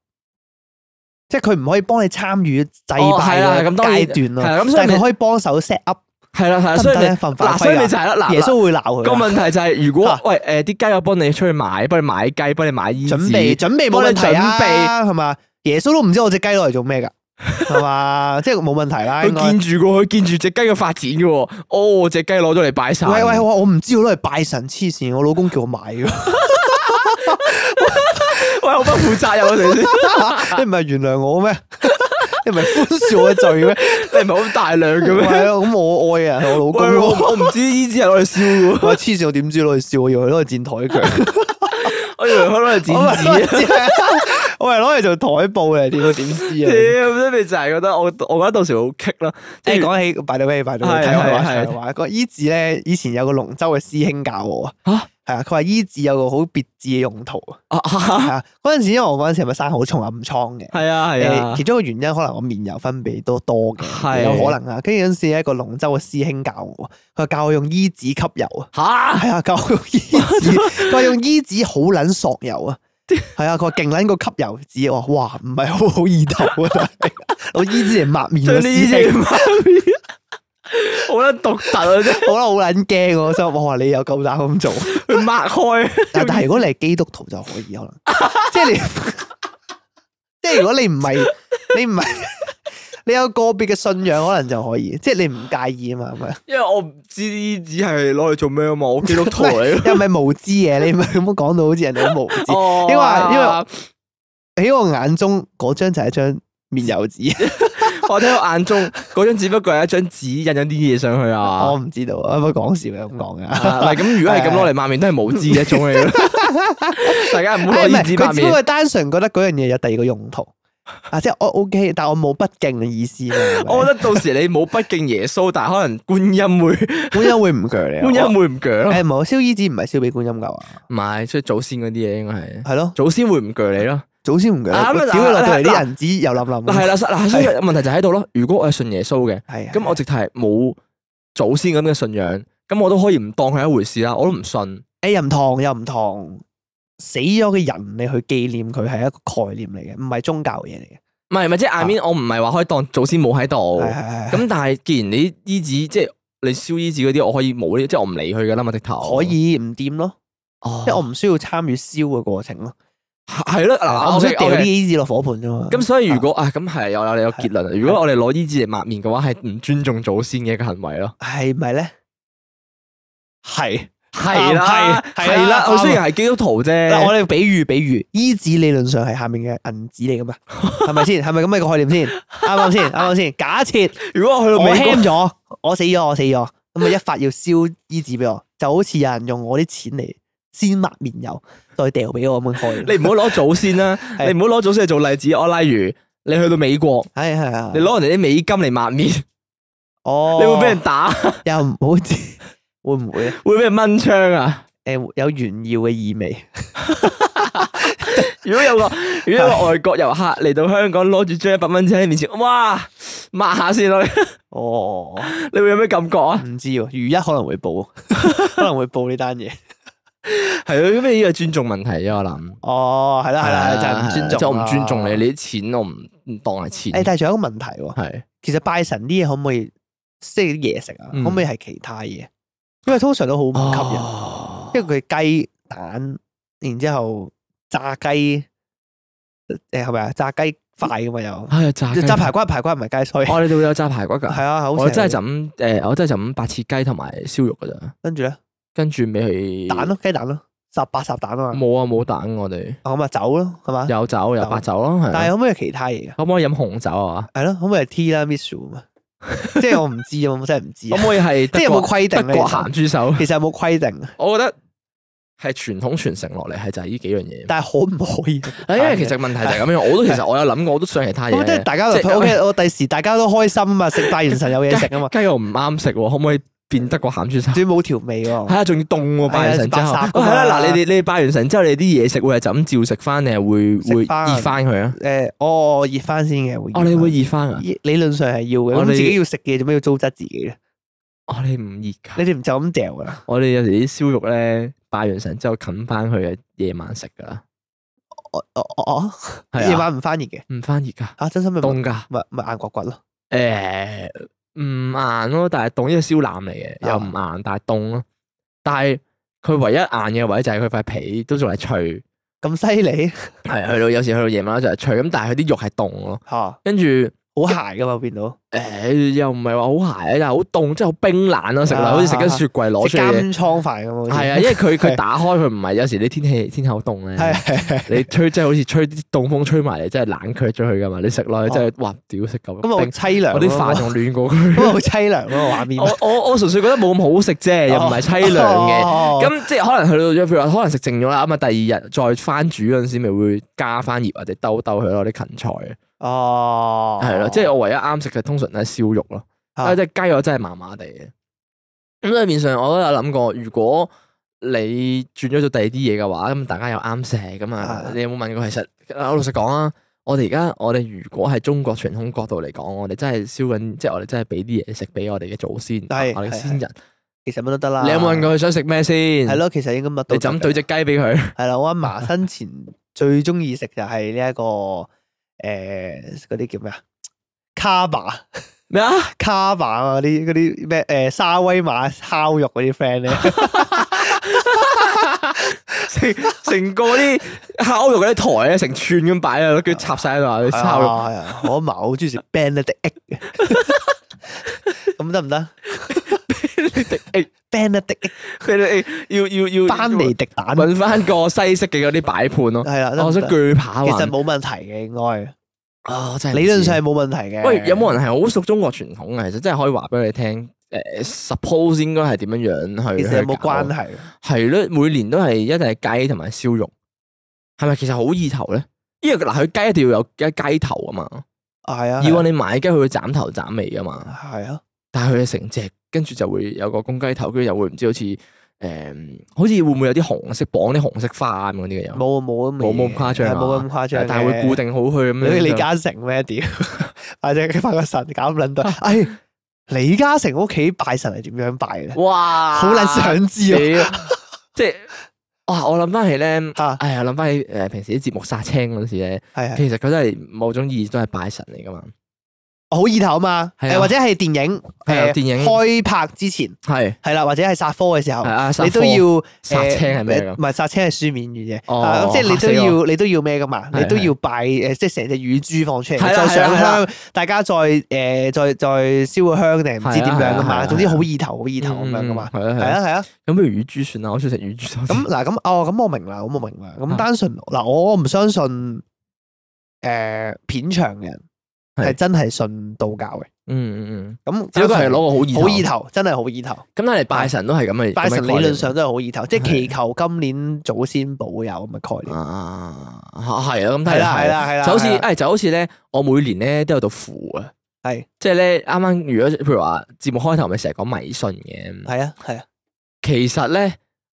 即係佢唔可以幫你參與祭拜係啦，嘅咁當然階段係咯，啦，咁所但係以佢你可以幫手 set up，係啦係啦，得唔所以得你啊咧？犯唔犯嗱，規所以㗎你就係啦，嗱耶穌會鬧佢個㗎。問題就係如果啊喂誒啲雞友幫你出去買，幫你買雞，幫你買衣準紙備準備冇問題啊，幫你係嘛？耶穌都唔知我只雞攞嚟做咩㗎，係 [LAUGHS] 嘛？即係冇問題啦，應該佢見住過，佢見住只雞嘅發展嘅喎。哦，只雞攞咗嚟拜神。喂喂，我我唔知我攞嚟拜神黐線，我老公叫我買㗎，喂，好不負責任啊！你 [LAUGHS] 先， [LAUGHS] 你唔係原諒我咩？ [LAUGHS] 你唔係寬恕我罪 [LAUGHS] 咩？你唔係好大量嘅咩？係啊，咁我愛嘅人係我老公喂，我咯。我唔知呢支係攞嚟燒嘅 [LAUGHS] 喎，我黐線，我點知攞嚟笑？我以為攞嚟剪台腳，我以為佢攞嚟剪我咪紙攞啊 [LAUGHS] 嚟。剪 [LAUGHS] 我係攞嚟做台布嘅，點我點知 [LAUGHS] 屌，啊？咁你就係覺得我，我覺得到時好棘啦。即即係係講起拜到咩？拜到咩？係睇我話係題話個醫字咧，以前有個龍舟嘅師兄教我啊，嚇係啊，佢話醫字有個好別致嘅用途啊， [LAUGHS] 啊係啊啊，嗰陣時因為我嗰陣時係咪生好重暗瘡嘅？係啊係啊誒，其，中一個原因可能我面油分泌都多嘅，係有可能啊。跟住嗰陣時一個龍舟嘅師兄教我，佢話教我用醫紙吸油啊。嚇係啊，佢話用衣紙， [LAUGHS] 佢話用衣紙好撚索油啊，係啊，佢話勁撚個吸油紙，我話哇唔係好好意頭啊，但係攞衣紙嚟抹面對個呢啲師嘢兄，媽咪好撚獨特啊！真係我覺得好撚驚我真係，我話你有夠膽咁做，佢抹開，但但係如果你係基督徒就可 [LAUGHS] 以可能，即係你，即係如果你唔係，你唔係。你有個別嘅信仰，可能就可以，即係你唔介意啊嘛，係咪？因為我唔知呢啲紙係攞嚟做咩啊嘛，我基督徒 [LAUGHS] 嚟咯。又唔係無知嘅，你唔係咁樣講到好似人哋好無知。哦因為因為喺我眼中，嗰張就係一張面油紙。我睇我眼中嗰張只不過係一張紙印咗啲嘢上去啊。我唔知道啊，不過講笑嘅咁講啊噶。嗱，咁如果係咁攞嚟抹面，都係無知嘅一種嚟咯。大家嗯唔好哎攞唔呢係支抹佢只不面過。單純覺得嗰樣嘢有第二個用途啊，即係我 OK，但我冇不敬嘅意思嘛。我覺覺得到時你冇不敬耶穌，但係可能觀音會得觀音會唔鋸你啊。觀音會唔鋸咯。誒唔係，燒衣紙唔係燒俾觀音噶嘛，唔係，所以祖先嗰啲嘢應該係係咯，祖先會唔鋸你咯。祖先唔鋸啊咁你。啊屌佢落到嚟嗱啲銀紙又冧冧。嗱係啦，嗱所以問題就喺度咯。如果我係信耶穌嘅，係啊，咁我直頭係冇祖先咁嘅信仰，咁我都可以唔當佢係一回事啦，我都唔信。誒又唔同又唔同，死咗嘅人你去紀念佢係一個概念嚟嘅，唔係宗教嘢嚟嘅。唔係唔係，即係 I mean，我唔係話可以當祖先冇喺度。啊係係係咁但係既然你衣紙即係你燒衣紙嗰啲，我可以冇呢，即係我唔理佢噶啦嘛，直頭可，以唔掂咯，哦即係我唔需要參與燒嘅過程咯。係咯，嗱，我唔需要掉啲啊 OK，OK 衣紙落火盆啫嘛。咁所以如果啊，咁係有有有結論。如果我哋攞衣紙嚟抹面嘅話，係唔尊重祖先嘅一個行為咯。係咪咧？係係啦，係係係啦啦。啊我雖然係基督徒嗱，我啫，哋比喻比喻，衣紙理論上係下面嘅銀紙嚟噶嘛，係咪先？係咪咁嘅個概念先？啱唔啱先？啱唔啱先？假設如果我去我到美國 ham 咗，我死咗，我死咗，咁啊一發要燒衣紙俾我，就好似有人用我啲錢嚟先抹面油，再掉俾我咁樣 [LAUGHS] 概你念。唔好攞祖先啦，係你唔好攞祖先嚟做例子。我例如你去到美國，係係啊，你攞人哋啲美金嚟抹面，哦，你會俾人打，又唔好知 [LAUGHS] 會唔會咧？會俾人掹槍啊！誒，有炫耀嘅意味。如果有 [LAUGHS] 個如果有個外國遊客嚟到香港，攞住張一百蚊紙喺你面前，哇，抹下先咯， [LAUGHS] 哦，你會有咩感覺啊？唔知喎，如一可能會 [LAUGHS] 報，可能會報呢單嘢。係啊，咁呢個尊重問題啫，我諗。啊哦，係啦係啦，就係唔尊重，即係我唔尊重你，。你啲錢我唔唔當係錢。誒，但係仲有一個問題喎，係其實拜神啲嘢可唔可以，即係啲嘢食啊，嗯可唔可以係其他嘢？因為通常都好唔吸引，吸因為佢雞蛋，然之後炸雞，誒係咪啊？炸雞塊噶嘛又，係 [LAUGHS] 哎炸雞炸排骨排骨唔係雞碎，我哋度有炸排骨㗎。 [LAUGHS] 係啊，好我似真係就咁誒，我真係就咁白切雞同埋燒肉㗎咋，跟住咧跟住咪去蛋咯，雞蛋咯，十八十蛋啊嘛，冇啊冇蛋我哋，啊咁啊酒咯，係嘛？有酒有白酒咯，係但係啊可唔可以有其他嘢啊？可唔可以飲紅酒啊？係咯，可唔可以係 tea 啦 misu 啊嘛？即係我唔知啊，我真係唔知可唔啊。可以係 [LAUGHS] 即係有冇德國規定德咧？國其實鹹豬手？其實有冇規定啊？我覺得係傳統傳承落嚟係就係呢幾樣嘢。但係可唔可 [LAUGHS] 以？因為哎其實問題就 [LAUGHS] 係咁樣，我都其實我有諗過，我都想其他嘢。啊咁即係大家就即係 O K，我第時大家都開心啊嘛，食大完神有嘢食 [LAUGHS] 啊嘛，雞肉唔啱食喎，可唔可以變德國 [LAUGHS] 鹹豬手？仲要冇調味喎係。啊，仲要凍喎，拜完神之後。哦係啊垃圾係㗎嘛啦，嗱，你哋你哋拜完神之後，你啲嘢食會係就咁照食翻，定係會會食返熱翻佢啊？誒，我熱翻先嘅會熱哦，返。你會熱翻啊？ [LAUGHS] 理論上係要嘅，我咁哋自己要食嘅做咩要糟質自己咧？哦，你唔熱㗎。你哋唔就咁掉噶啦？我哋有時啲燒肉咧，拜完神之後冚翻佢嘅夜晚食㗎啦。我我我我哦係啊夜晚唔翻熱嘅啊唔翻熱㗎，嚇，真心咪咪凍㗎。咪硬骨骨咯。誒唔硬咯，但係凍，因為燒腩嚟嘅，啊又唔硬，但係凍咯。但係佢唯一硬嘅位就係佢塊皮都仲係脆，咁犀利係去到有時去到夜晚就係脆，咁但係佢啲肉係凍咯。嚇，好跟住鞋噶嘛變到誒又唔係話好鞋，啊但係好凍，即係好冰冷咯，食落好似食緊雪櫃攞食出嚟嘅。監倉飯咁啊，係啊，因為佢佢係打開佢唔係有時你天氣天氣好凍 [LAUGHS] 係啊咧，係係你吹即係好似吹啲凍風吹埋嚟，真係冷卻咗佢噶嘛。你食落去真係哇屌食嚿咁啊好 [LAUGHS] 冰，凄涼咯。哦我啲飯仲暖過佢。咁啊好凄涼嗰個畫面。 [LAUGHS] 哦我我我純粹覺得冇咁好食啫，又唔係凄涼嘅。嘅咁即係可能去到，譬如話可能食剩咗啦，咁啊第二日再翻煮嗰陣時，咪會加翻葉或者兜兜佢咯啲芹菜，啊哦，係咯。即係我唯一啱食嘅通常都係燒肉咯，啊啊即係雞我真係麻麻地嘅。咁所以面上我都有諗過，如果你轉咗做第二啲嘢嘅話，咁大家又啱食咁啊啊？你有冇問過？其實我老實講啊，我哋而家我哋如果係中國傳統角度嚟講，我哋真係燒緊，即係我哋真係俾啲嘢食俾我哋嘅祖先，啊係我哋嘅係先人。其實乜都得啦。你有冇問？過佢想食咩先？係，咯，其實應該乜都你就咁對只雞俾佢。係啦。我阿啊嫲生前最中意食就係呢一個誒嗰啲叫咩啊？卡巴 [LAUGHS] 咩啊？卡巴啊！嗰啲嗰啲咩誒沙威瑪烤肉嗰啲 friend [LAUGHS] 咧，成成個啲烤肉嗰啲台咧，成串咁擺啊，跟住插晒喺度，你烤肉。係啊！我阿嫲好中意食 [LAUGHS] Benedict egg 嘅，咁得唔得誒， ？Benedict egg 佢哋哎要要要班尼迪蛋揾翻個西式嘅嗰啲擺盤咯。哦係啦，啊得我唔想得鋸扒其實雲。冇問題嘅，應該啊，真係唔理論上係知啊冇問題嘅。喂，有冇人係好熟中國傳統啊嘅？其實真係可以話俾你聽。誒，suppose 應該係點樣樣去？其實有冇去搞啊關？啊係？係咯，每年都係一定係雞同埋燒肉，係咪其實好意頭咧？因為嗱，佢雞一定要有雞雞頭啊嘛。啊係啊，以往你買雞，佢會斬頭斬尾噶嘛，係啊，但係佢係成隻，跟住就會有個公雞頭，跟住又會唔知好似誒、好似會唔會有啲紅色綁啲紅色花咁嗰啲嘅有？冇冇咁冇冇咁誇張啊係冇咁誇張嘅，但係會固定好佢咁你樣。李嘉誠咩屌？ [LAUGHS] 或者佢發個神搞咁 [LAUGHS] 撚到，哎，李嘉誠屋企拜神係點樣拜嘅咧？哇，好撚想知啊！屌！即係哇！我諗翻起咧，啊哎呀，諗翻起誒平時啲節目殺青嗰陣時咧，係係，其實佢都係某種意義都係拜神嚟噶嘛。好意頭啊嘛，係啊誒或者係電影係啊誒電影開拍之前係係啦，或者係殺科嘅時候係，啊，你都殺科要殺青係咩㗎呃誒唔係殺青係書面語哦啫，啊即係你嚇死都我要你都要咩噶嘛？係你都要拜誒，即係成隻乳豬放出嚟，係啦再上係啦係香，大家再誒再再燒個香定唔知點樣噶係啊係啊嘛？總之好意頭好意頭咁嗯樣噶嘛。嗯係係啊係啊。啊係啊，咁不如乳豬算啦，我中意食乳豬手指咁嗱咁哦咁我明啦，咁我明啦。啊咁單純嗱，我我唔相信誒片場嘅人係係真係信道教嘅。嗯嗯嗯，咁只不過係單純攞個好意頭好意頭，真係好意頭。咁但係拜神都係咁嘅，拜神咁理嘅概念啊論上都係好意頭，即係係祈求今年祖先保佑咁嘅概念。啊係啊，咁睇係啦啦係啦係啦，就好似哎係啦誒就好似咧，我每年咧都有道符啊，係即係咧啱啱如果譬如話節目開頭咪成日講迷信嘅，係啊係啊，其實咧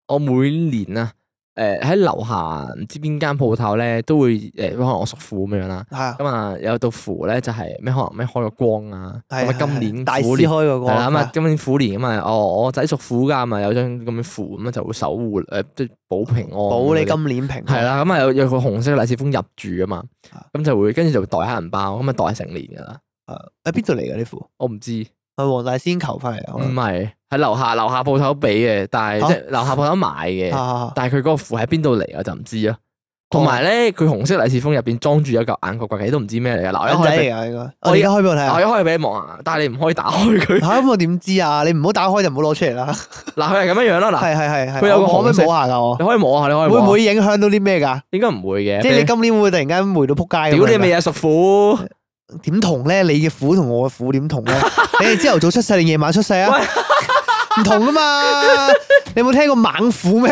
我每年啊誒喺樓下唔知邊間鋪頭咧都會誒可能我屬虎咁樣啦。係啊咁啊，有道符咧就係咩可能咩開個光啊，係咁啊啊今年大虎師年開個係光啦，咁啊，今年虎年咁啊，哦，我仔屬虎噶，咪有張咁嘅符，咁啊就會守護誒，即係保平安。保你今年平係安。啦，咁啊有有個紅色嘅利是封入住啊嘛嗯啊，咁就會跟住就袋黑銀包，咁啊袋成年噶啦。喺啊邊度嚟㗎呢副？我唔知，唔係黃大仙求翻嚟啊可能係喺樓下樓下鋪頭俾嘅，但係嚇即係樓下鋪頭買嘅，啊哦但係佢嗰個符喺邊度嚟我就唔知啊。同埋咧，佢紅色利是封入邊裝住有嚿眼角刮嘅，都唔知咩嚟嘅。嗱，我銀啊仔一開俾嚟㗎應該。我而家開俾我睇嗱，下。我一開俾你望啊，但係你唔可以打開佢。 [LAUGHS] 嚇咁我點知啊？你唔好打開就唔好攞出嚟啦。嗱，佢係咁樣樣啦。嗱，係係係係。啊佢有個我可唔可紅色以摸下㗎？我你可以摸下，你可以會摸下唔會影響到啲咩㗎？應該唔會嘅。即係你今年會唔會突然間霉到撲街咁樣㗎？屌你啊咪嘢屬虎，點同咧？你嘅苦同我嘅苦點同 [LAUGHS] 咧？你係朝頭早出世定夜晚出世啊？ [LAUGHS] 唔同噶嘛？你有冇聽過猛虎咩？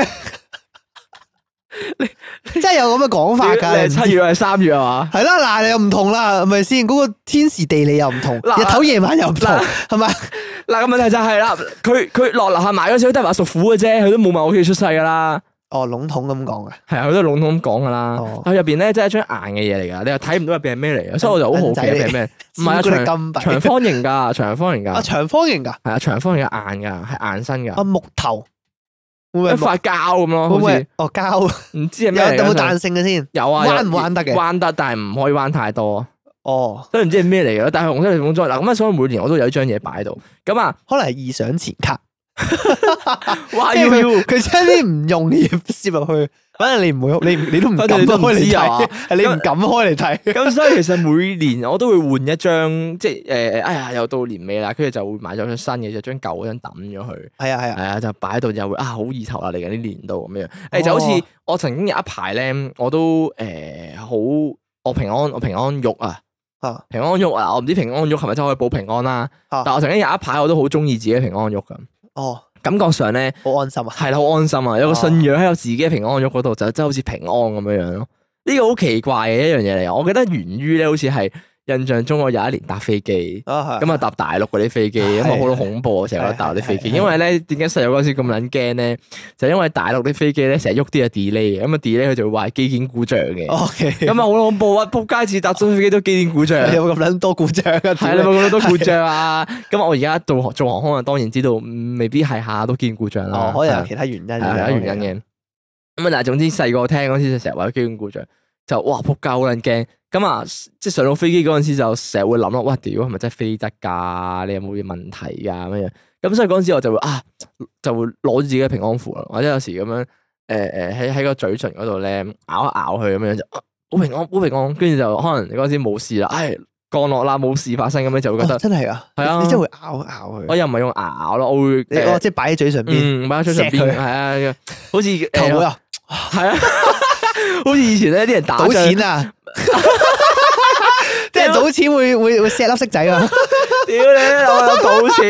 真係有咁嘅講法屌㗎，你係七月係三月啊嘛？係啦，嗱，你又唔同啦，係咪先？嗰個天時地利又唔同，嗱日頭夜晚又唔同，嗱係咪？嗱，個問題就係啦，佢佢落樓下買嗰時，佢都係話屬虎嘅啫，佢都冇問我屋企出世噶啦。哦，籠統咁講嘅，係啊，佢都籠統咁講噶啦哦。但佢入邊咧，真係一張硬嘅嘢嚟㗎，你又睇唔到入邊係咩嚟嘅，所以我就好好銀奇嗯仔入嚟邊係咩。唔係啊，朱古力長金長幣方形㗎，長方形㗎 [LAUGHS] 啊，，長方形㗎，係啊，長方形嘅硬㗎，係硬身㗎，啊，木頭會唔一會係木塊膠咁咯，會唔好會似哦膠？唔知係咩嚟有㗎有冇彈性嘅先？有啊，彎唔有彎得嘅彎得，但係唔可以彎太多，哦，都唔知係咩嚟嘅。但係紅色利是封裝嗱，咁啊，所以每年我都有呢張嘢擺喺度。咁啊，可能係異想前卡。哇即係要要啊佢。佢將啲唔用嘅嘢攝入去，反正你唔會，你唔你都唔敢反正你開都唔嚟知啊睇，係你唔敢開嚟睇。咁所以其實每年我都會換一張，即係誒、呃哎呀，又到年尾啦，跟住就會買咗張新嘅，就將舊嗰張抌咗佢，係啊係係啊，啊，就擺喺度就會啊好意頭啦，嚟緊呢年度咁樣。誒、就好哦似我曾經有一排咧，我都誒好、我平安我平安玉啊啊，平安玉啊，我唔知平安玉係咪真係可以保平安啦、啊但我曾經有一排我都好中意自己嘅平安玉咁，哦，感覺上咧好安心 [LAUGHS] 啊。係啦，好安心啊！有個信仰喺我自己嘅平安屋嗰度，就真係好似平安咁樣樣咯。呢個好奇怪嘅一樣嘢嚟啊！我記得源於咧，好似係印象中我有一年搭飛機，啊係，咁啊搭大陸嗰 [LAUGHS] 啲飛機，咁啊係好恐怖啊！成日係都搭啲飛機，係係因為咧點解細個嗰陣時咁撚驚咧？就因為大陸啲飛機咧成日喐啲啊 delay 嘅，咁啊 delay 佢就會話係機件故障嘅， O K，咁啊好恐怖啊！仆街似搭真飛機都機 [LAUGHS] 件故障。你有冇咁撚多故障啊？係啦，屌有你冇咁多故障啊！咁我而家做做航空啊，當然知道嗯未必係下下都見故障啦哦，。可係能啊有其他原因，係啊，有原因嘅。咁啊，但係總之細個聽嗰陣時就成日話機管故障，就哇仆街好撚驚。咁啊，即係上到飛機嗰陣時就成日會諗咯，哇屌係咪真係飛得㗎？你有冇嘢問題㗎咁樣？咁所以嗰陣時我就會啊，就會攞住自己嘅平安符啊啦，或者有時咁樣誒誒喺喺個嘴唇嗰度咧咬一咬佢咁樣就啊好平安好平安，跟住就可能嗰陣時冇事啦，唉降落啦冇事發生咁樣就會覺 [LAUGHS] 哦得真係啊，係啊你真係會咬一咬佢我，又唔係用咬咯，我會你誒哦即係擺喺嘴上邊，嗯擺喺嘴唇錫邊佢係啊，好似誒頭會啊，系啊，好似以前咧啲人打仗，賭錢啊！ [LAUGHS] 即係賭錢會會會錫粒色仔啊！屌你，我有賭錢，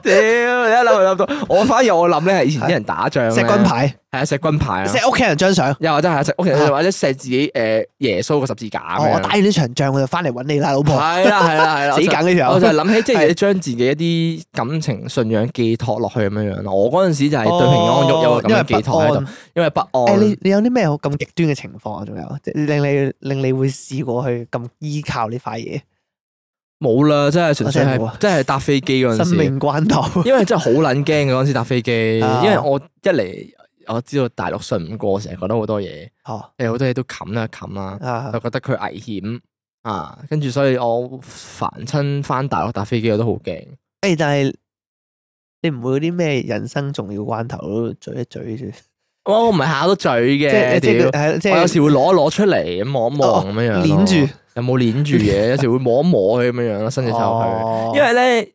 [LAUGHS] 屌你一諗就諗到，我反而我諗咧係以前啲人打仗呢錫軍，牌，係啊，石軍牌啊，錫屋企人張相。又或者係石屋企人，啊或者石自己誒耶穌個十字架哦，咁樣我打完呢場仗我就翻嚟揾你啦，老婆。係啦係啦 [LAUGHS] 係啦，死梗呢條友我就係諗起即係係你將自己一啲感情信仰寄託落去咁樣樣咯。我嗰陣時就係對平安喐有個哦咁因為嘅寄不託喺安度，因為不誒，安你。你有啲咩好咁極端嘅情況啊？仲有，即係令你令你會試過去咁依靠呢塊嘢，冇啦，真係純粹我真係冇係啊真係搭飛機嗰陣生時。命關 [LAUGHS] 頭。因為真係好撚驚嘅嗰陣時搭飛機，啊因為我一嚟我知道大陸信唔過，成日覺得好多嘢，哦誒好多嘢都冚啦冚啦，啊就覺得佢危險啊，跟住所以我凡親翻大陸搭飛機我都好驚，誒，但係你唔會有啲咩人生重要關頭都嘴一嘴住，即哇我唔係下下都嘴嘅，係即係屌！係即我有係時會攞一攞出嚟咁望一望咁樣樣咯，攆住有冇攆住 [LAUGHS] 嘢？有時會摸一摸佢咁樣樣咯，伸隻手去。哦因為咧，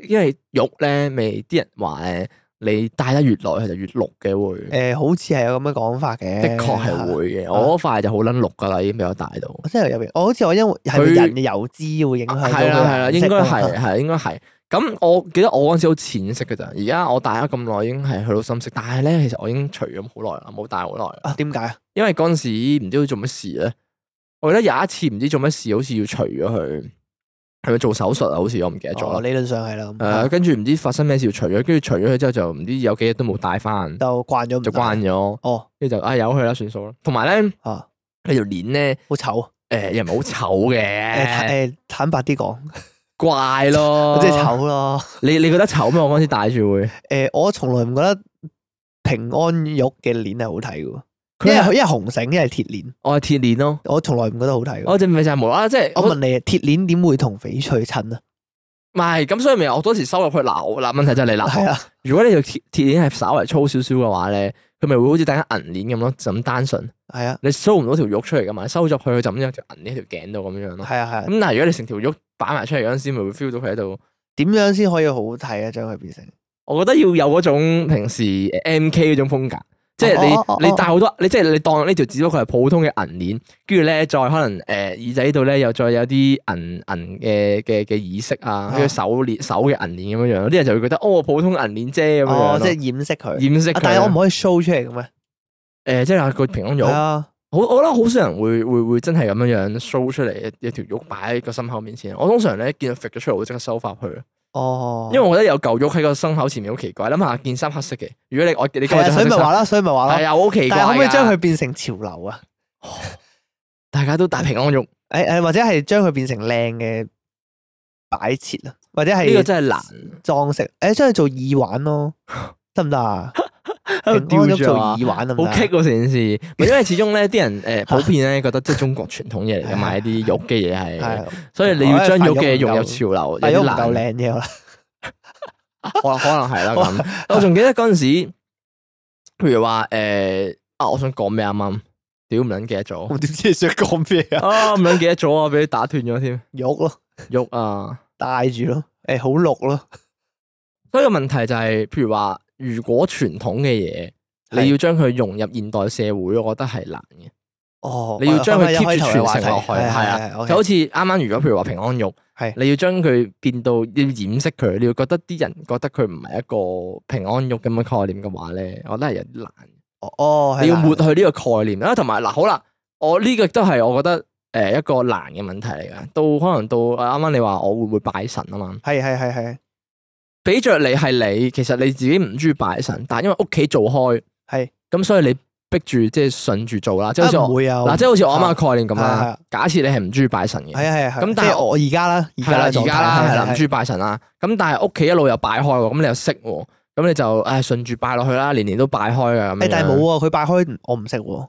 誒，因為肉咧，咪啲人話誒，你戴得越耐佢就越綠嘅會。誒，好似係有咁嘅講法嘅，的確係會啊嘅，我嗰塊就好撚綠噶啦，已經俾我大到。我真係有嘢，我好似我因為係咪佢人嘅油脂會影響到啊係啦係啦，佢應顏色該㗎係係應該係。咁我記得我嗰陣時好淺色嘅咋，而家我戴咗咁耐已經係去到深色，但係咧其實我已經除咗好耐啦，冇戴好耐啦。啊？點解啊？因為嗰陣時唔知佢做乜事咧，我記得有一次唔知做乜事，好似要除咗佢，係咪做手術啊？好似我唔記得咗哦啊啦。理論上係啦，咁誒，跟住唔知發生咩事要除咗，跟住除咗佢之後就唔知有幾日都冇戴翻，就慣咗唔就得關咗，哦跟住就啊由佢啦，算數啦。同埋咧，啊，佢條鏈咧。好醜啊誒又唔係好醜誒坦嘅，誒坦白啲講。怪咯，即係。醜咯。你你覺得醜咩？我嗰陣時戴住會，誒，我從來唔覺得平安玉嘅鏈係好睇嘅喎，因佢係為因為紅繩，因為鐵鏈，我係鐵鏈咯。我從來唔覺得好睇嘅。我隻咪就係無啦啦，即係我問你啊，鐵鏈點會同翡翠襯啊？唔係咁，所以咪我當時收落去鬧啦。問題就係你鬧係啊，如果你條鐵鐵鏈係稍為粗少少嘅話咧，佢咪會好似等緊銀鏈咁咯，就咁單純。係啊，你收唔到條肉出嚟噶嘛？你收咗佢，佢就咁有條銀鏈喺條頸度咁樣咯。係啊，係啊。咁但係如果你成條肉擺埋出嚟嗰陣時，咪會 feel 到佢喺度。點樣先可以好睇啊？將佢變成我覺得要有嗰種平時 M K 嗰種風格，即係哦哦哦你哦你戴好多，你即係你當呢條只不過係普通嘅銀鏈，跟住咧再可能誒、呃耳仔度咧又再有啲銀銀嘅嘅嘅耳飾啊，跟住手鏈手嘅銀鏈咁樣樣，啲人就會覺得哦普通銀鏈啫咁樣樣哦，即咯，係掩飾佢。掩飾啊佢。但係我唔可以 show 出嚟嘅咩？誒即係個平安玉係，啊，好我覺得好少人會會會真係咁樣樣 show 出嚟一一條玉擺喺個心口面前。我通常咧見到揈咗出嚟，我會即刻收翻去。哦，因為我覺得有嚿肉喺個心口前面好奇怪，諗下件衫黑色嘅，如果你我你今係啊，日着所黑以咪色話衫，啦，所以咪話係啦。啊，好奇怪但係㗎。可唔可以將佢變成潮流啊？大家都大平安玉？呢誒誒，或者係將佢變成靚嘅擺設啊，或者個係真係難，裝飾，誒將佢做耳環 [LAUGHS] 咯，得唔得啊？喺度平安吊玉住做啊耳！環得唔得好啊棘喎成 [LAUGHS] 件事，唔係因為始終咧啲人誒普遍咧覺得即係中國傳統嘢嚟㗎嘛，係一啲玉嘅嘢係，係啊所以你要將玉嘅我覺得融發入潮流，但係有都啲唔難夠。靚嘅啦，可能可能 [LAUGHS] 係啦咁。我仲記得嗰陣時，譬如話誒啊，我想講咩啱啱，屌唔撚記得 [LAUGHS] 咗，我點知你想講咩 [LAUGHS] 啊？啊唔撚記得咗啊，俾你打斷咗添，玉咯，玉啊！戴住咯，誒好綠咯，所以個問題就係、譬如話，如果傳統嘅嘢，係你要將佢融入現代社會，我覺得係難嘅。哦，你要將佢我哋開 keep 住頭傳嘅話題承落去，係啊，係就好，OK 似啱啱如果譬如話平安玉，係你要將佢變到要掩飾佢，你要覺得啲人覺得佢唔係一個平安玉咁嘅概念嘅話咧，我覺得係有啲難。哦哦，係你要啦抹去呢個概念啦，同埋嗱，好啦，我呢個都係我覺得誒一個難嘅問題嚟嘅。到可能到啊啱啱你話我會唔會拜神啊嘛？係係係係俾着你係你，其實你自己唔中意拜神，但因為屋企做開，係咁所以你逼住即係順住做啦，即係好似啊，唔我會啊，嗱，即係好似我啱啱嘅概念咁係啊係啦係。假設你係唔中意拜神嘅，係啊係啊，咁咁但但係係我而家啦，而係家啦，啦而狀態家啦，係啦，唔中係啊意拜神啦。咁但係屋企一路又拜開喎，咁你又識喎，咁你就唉順住拜落去啦，年年都拜開啊咁樣誒，但係冇喎，佢拜開我唔識喎，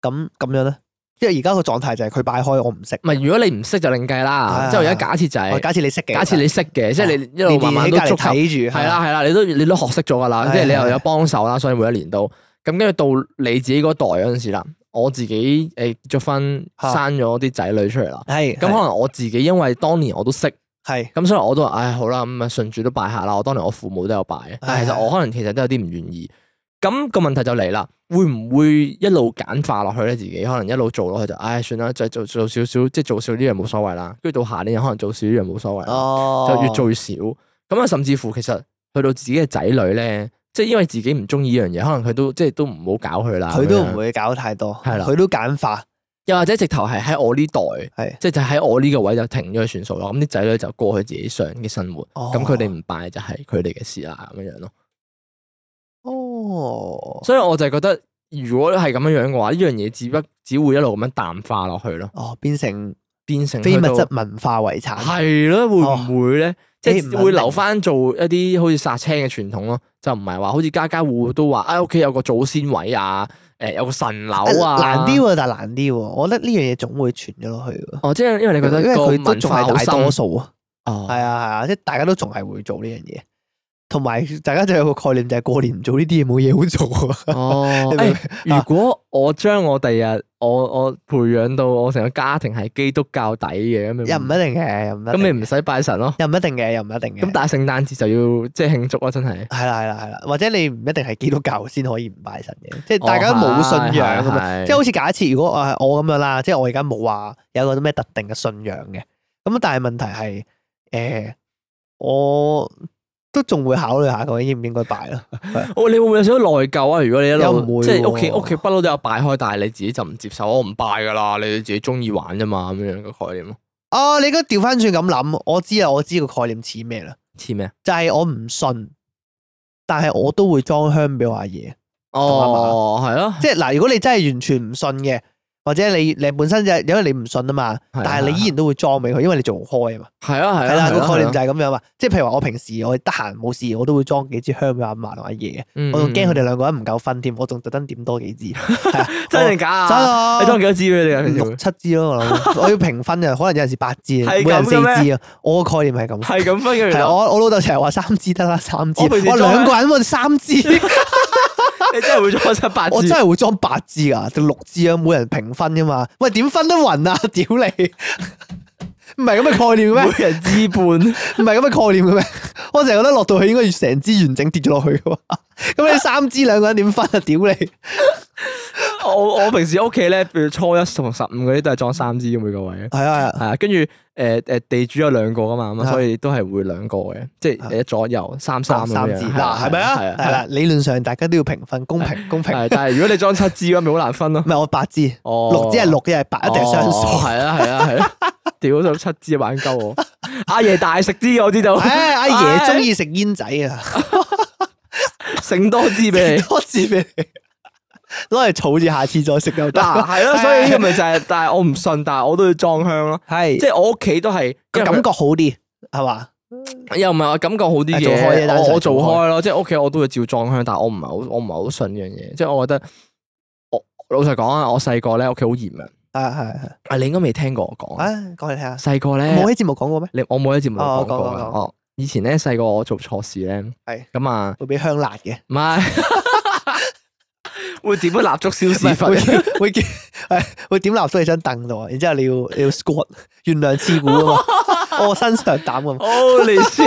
咁咁樣咧，即係而家個狀態就係佢拜開我唔識，唔係，如果你唔識就另計啦。係即係我而家係假設就我係，假設你識嘅，假設你識嘅，即係你一年路年慢慢喺都隔離觸及睇住，係啦係啦，你都你都學識咗噶啦，啊係即係你又係有幫手啦，所以每一年都咁跟住到你自己嗰代嗰陣時啦，我自己誒結咗婚嚇生咗啲仔女出嚟啦，係，係咁可能我自己因為當年我都識，係咁所以我都話唉好啦，咁啊順住都拜下啦，我當年我父母都有拜嘅，但係其實係我可能其實都有啲唔願意。咁個問題就嚟啦，會唔會一路簡化落去咧？自己可能一路做落去就，唉，算啦，就做做少少，即係做少呢樣冇所謂啦。跟住到下年可能做少呢樣冇所謂啦。哦，就越做越少。咁啊，甚至乎其實去到自己嘅仔女咧，即係因為自己唔中意呢樣嘢，可能佢都即係都唔好搞佢啦。佢都咁樣唔，會搞太多，係啦佢都簡化，又或者直頭係喺我呢代，係即係就喺我呢個位就停咗佢算數咯。咁啲仔女就過佢自己想嘅生活，哦咁佢哋唔拜就係佢哋嘅事啦，咁樣樣咯。哦，所以我就覺得，如果係咁樣樣嘅話，呢樣嘢只不只會一路咁樣淡化落去咯，哦，變成變成非去物到質文化遺產，係咯，會唔會咧？即哦你唔係肯會留翻做一啲好似殺青嘅傳統咯，就唔係話好似家家嗯戶戶都話啊屋企有個祖先位啊，誒有個神樓啊，難啲喎，但係難啲喎，我覺得呢樣嘢總會傳咗落去喎。哦，即係因為你覺因為得個佢都文仲化好係深大多數啊，哦，係啊係啊，即係大家都仲係會做呢樣嘢，同埋大家就有個概念就係過年唔做呢啲嘢冇嘢好做啊。[LAUGHS] 哦，你明唔明誒如果我將我第日我我培養到我成個家庭係基督教底嘅咁，又唔一定嘅，又唔一定嘅咁你唔使拜神咯。又唔一定嘅，又唔一定嘅。咁但係聖誕節就要即係慶祝啊，真係。係啦係啦係啦，或者你唔一定係基督教先可以唔拜神嘅，即係大家都冇信仰咁哦嘛。係係係即係好似假設如果啊我咁樣啦，即係我而家冇話有個咩特定嘅信仰嘅，咁但係問題係誒、我都仲會考慮下究竟應唔應該拜咯。我哦你會唔會有少少內疚啊？如果你一又路唔會即係屋企喎屋企不嬲都有拜開，但係你自己就唔接受，我唔拜噶啦，你自己中意玩啫嘛，咁樣嘅概念咯。哦，你應該調翻轉咁諗，我知啊，我知個概念似咩啦，似咩？就係、我唔信，但係我都會裝香俾我阿爺。哦，係咯，即係嗱，如果你真係完全唔信嘅，或者你你本身就係因為你唔信啊嘛，係啊但係你依然都會裝俾佢，因為你做開啊嘛。係啊係啊，係啦，係啊個概念就係啊係咁樣嘛。即係譬如話，我平時我得閒冇事，我都會裝幾支香俾阿嫲同阿爺嘅。嗯我仲驚佢嗯哋兩個人唔夠分添，我仲特登點多幾支。係啊 [LAUGHS] 真定假我啊？真你啊！裝幾多支俾你啊？平時六會七支咯，我諗我要平分啊，可能有陣時八支，係每人咁四嘅咩支啊。我個概念係咁。係咁分嘅，原係來啊我我老豆成日話三支得啦，三支。我平時我裝兩個人喎，三啊 [LAUGHS] 支。你真係會裝七八支。我真係會裝八支噶，定六支啊，每人平分噶嘛。喂，點分得匀啊？ [LAUGHS] 屌你！唔係咁嘅概念嘅咩？每人支半。 [LAUGHS] 唔係咁嘅概念嘅咩？我成日覺得落到去應該要成支完整跌咗落去噶嘛。 [LAUGHS] 咁你三支兩個人點分啊？屌你！我我平時屋企咧，譬如初一同十五嗰啲都係裝三支嘅每個位嘅，係啊，係啊，跟住誒誒地主有兩個噶嘛，咁啊啊所以都係會兩個嘅，即啊係一左右三三三咁三樣支嗱，係咪啊？係係啊，係啦啊，理論上大家都要平分，公平公平。係，啊但係如果你裝七支嘅話，咪好難分咯唔。係我八支，哦，六支係六，一係八，一定係雙哦數。係啊係啊 [LAUGHS] 係啊，屌咗七支玩鳩我，阿爺大食啲我知道，唉，阿爺中意食煙仔啊！剩多支俾 [LAUGHS] 你。多支俾你，攞嚟儲住，下次再食又得。[LAUGHS] 嗱係咯，所以呢個咪就係，但係我唔信，但係我都要裝香咯。係即係我屋企都係，因個為感覺好啲，係嘛？又唔係話感覺好啲係做開啫單純嘅，我我做做開開咯，即係屋企我都會照裝香，但係我唔係好我唔係好信呢樣嘢，即係我覺得我老實講啊，我細個咧屋企好嚴啊，係係係，啊你應該未聽過我講，啊講嚟聽下。細個咧冇喺節目講過咩？你我冇喺節目度哦講過講講啊講哦，以前咧細個我做錯事咧，係咁啊會俾香辣嘅，唔 [LAUGHS] 係會點樣蠟燭燒 [LAUGHS] 屎會忽？會 [LAUGHS] 叫係會點蠟咗你張凳度啊！然之後你要你要 squat 原諒刺股啊 [LAUGHS] 嘛，我身上膽啊嘛，哦你先，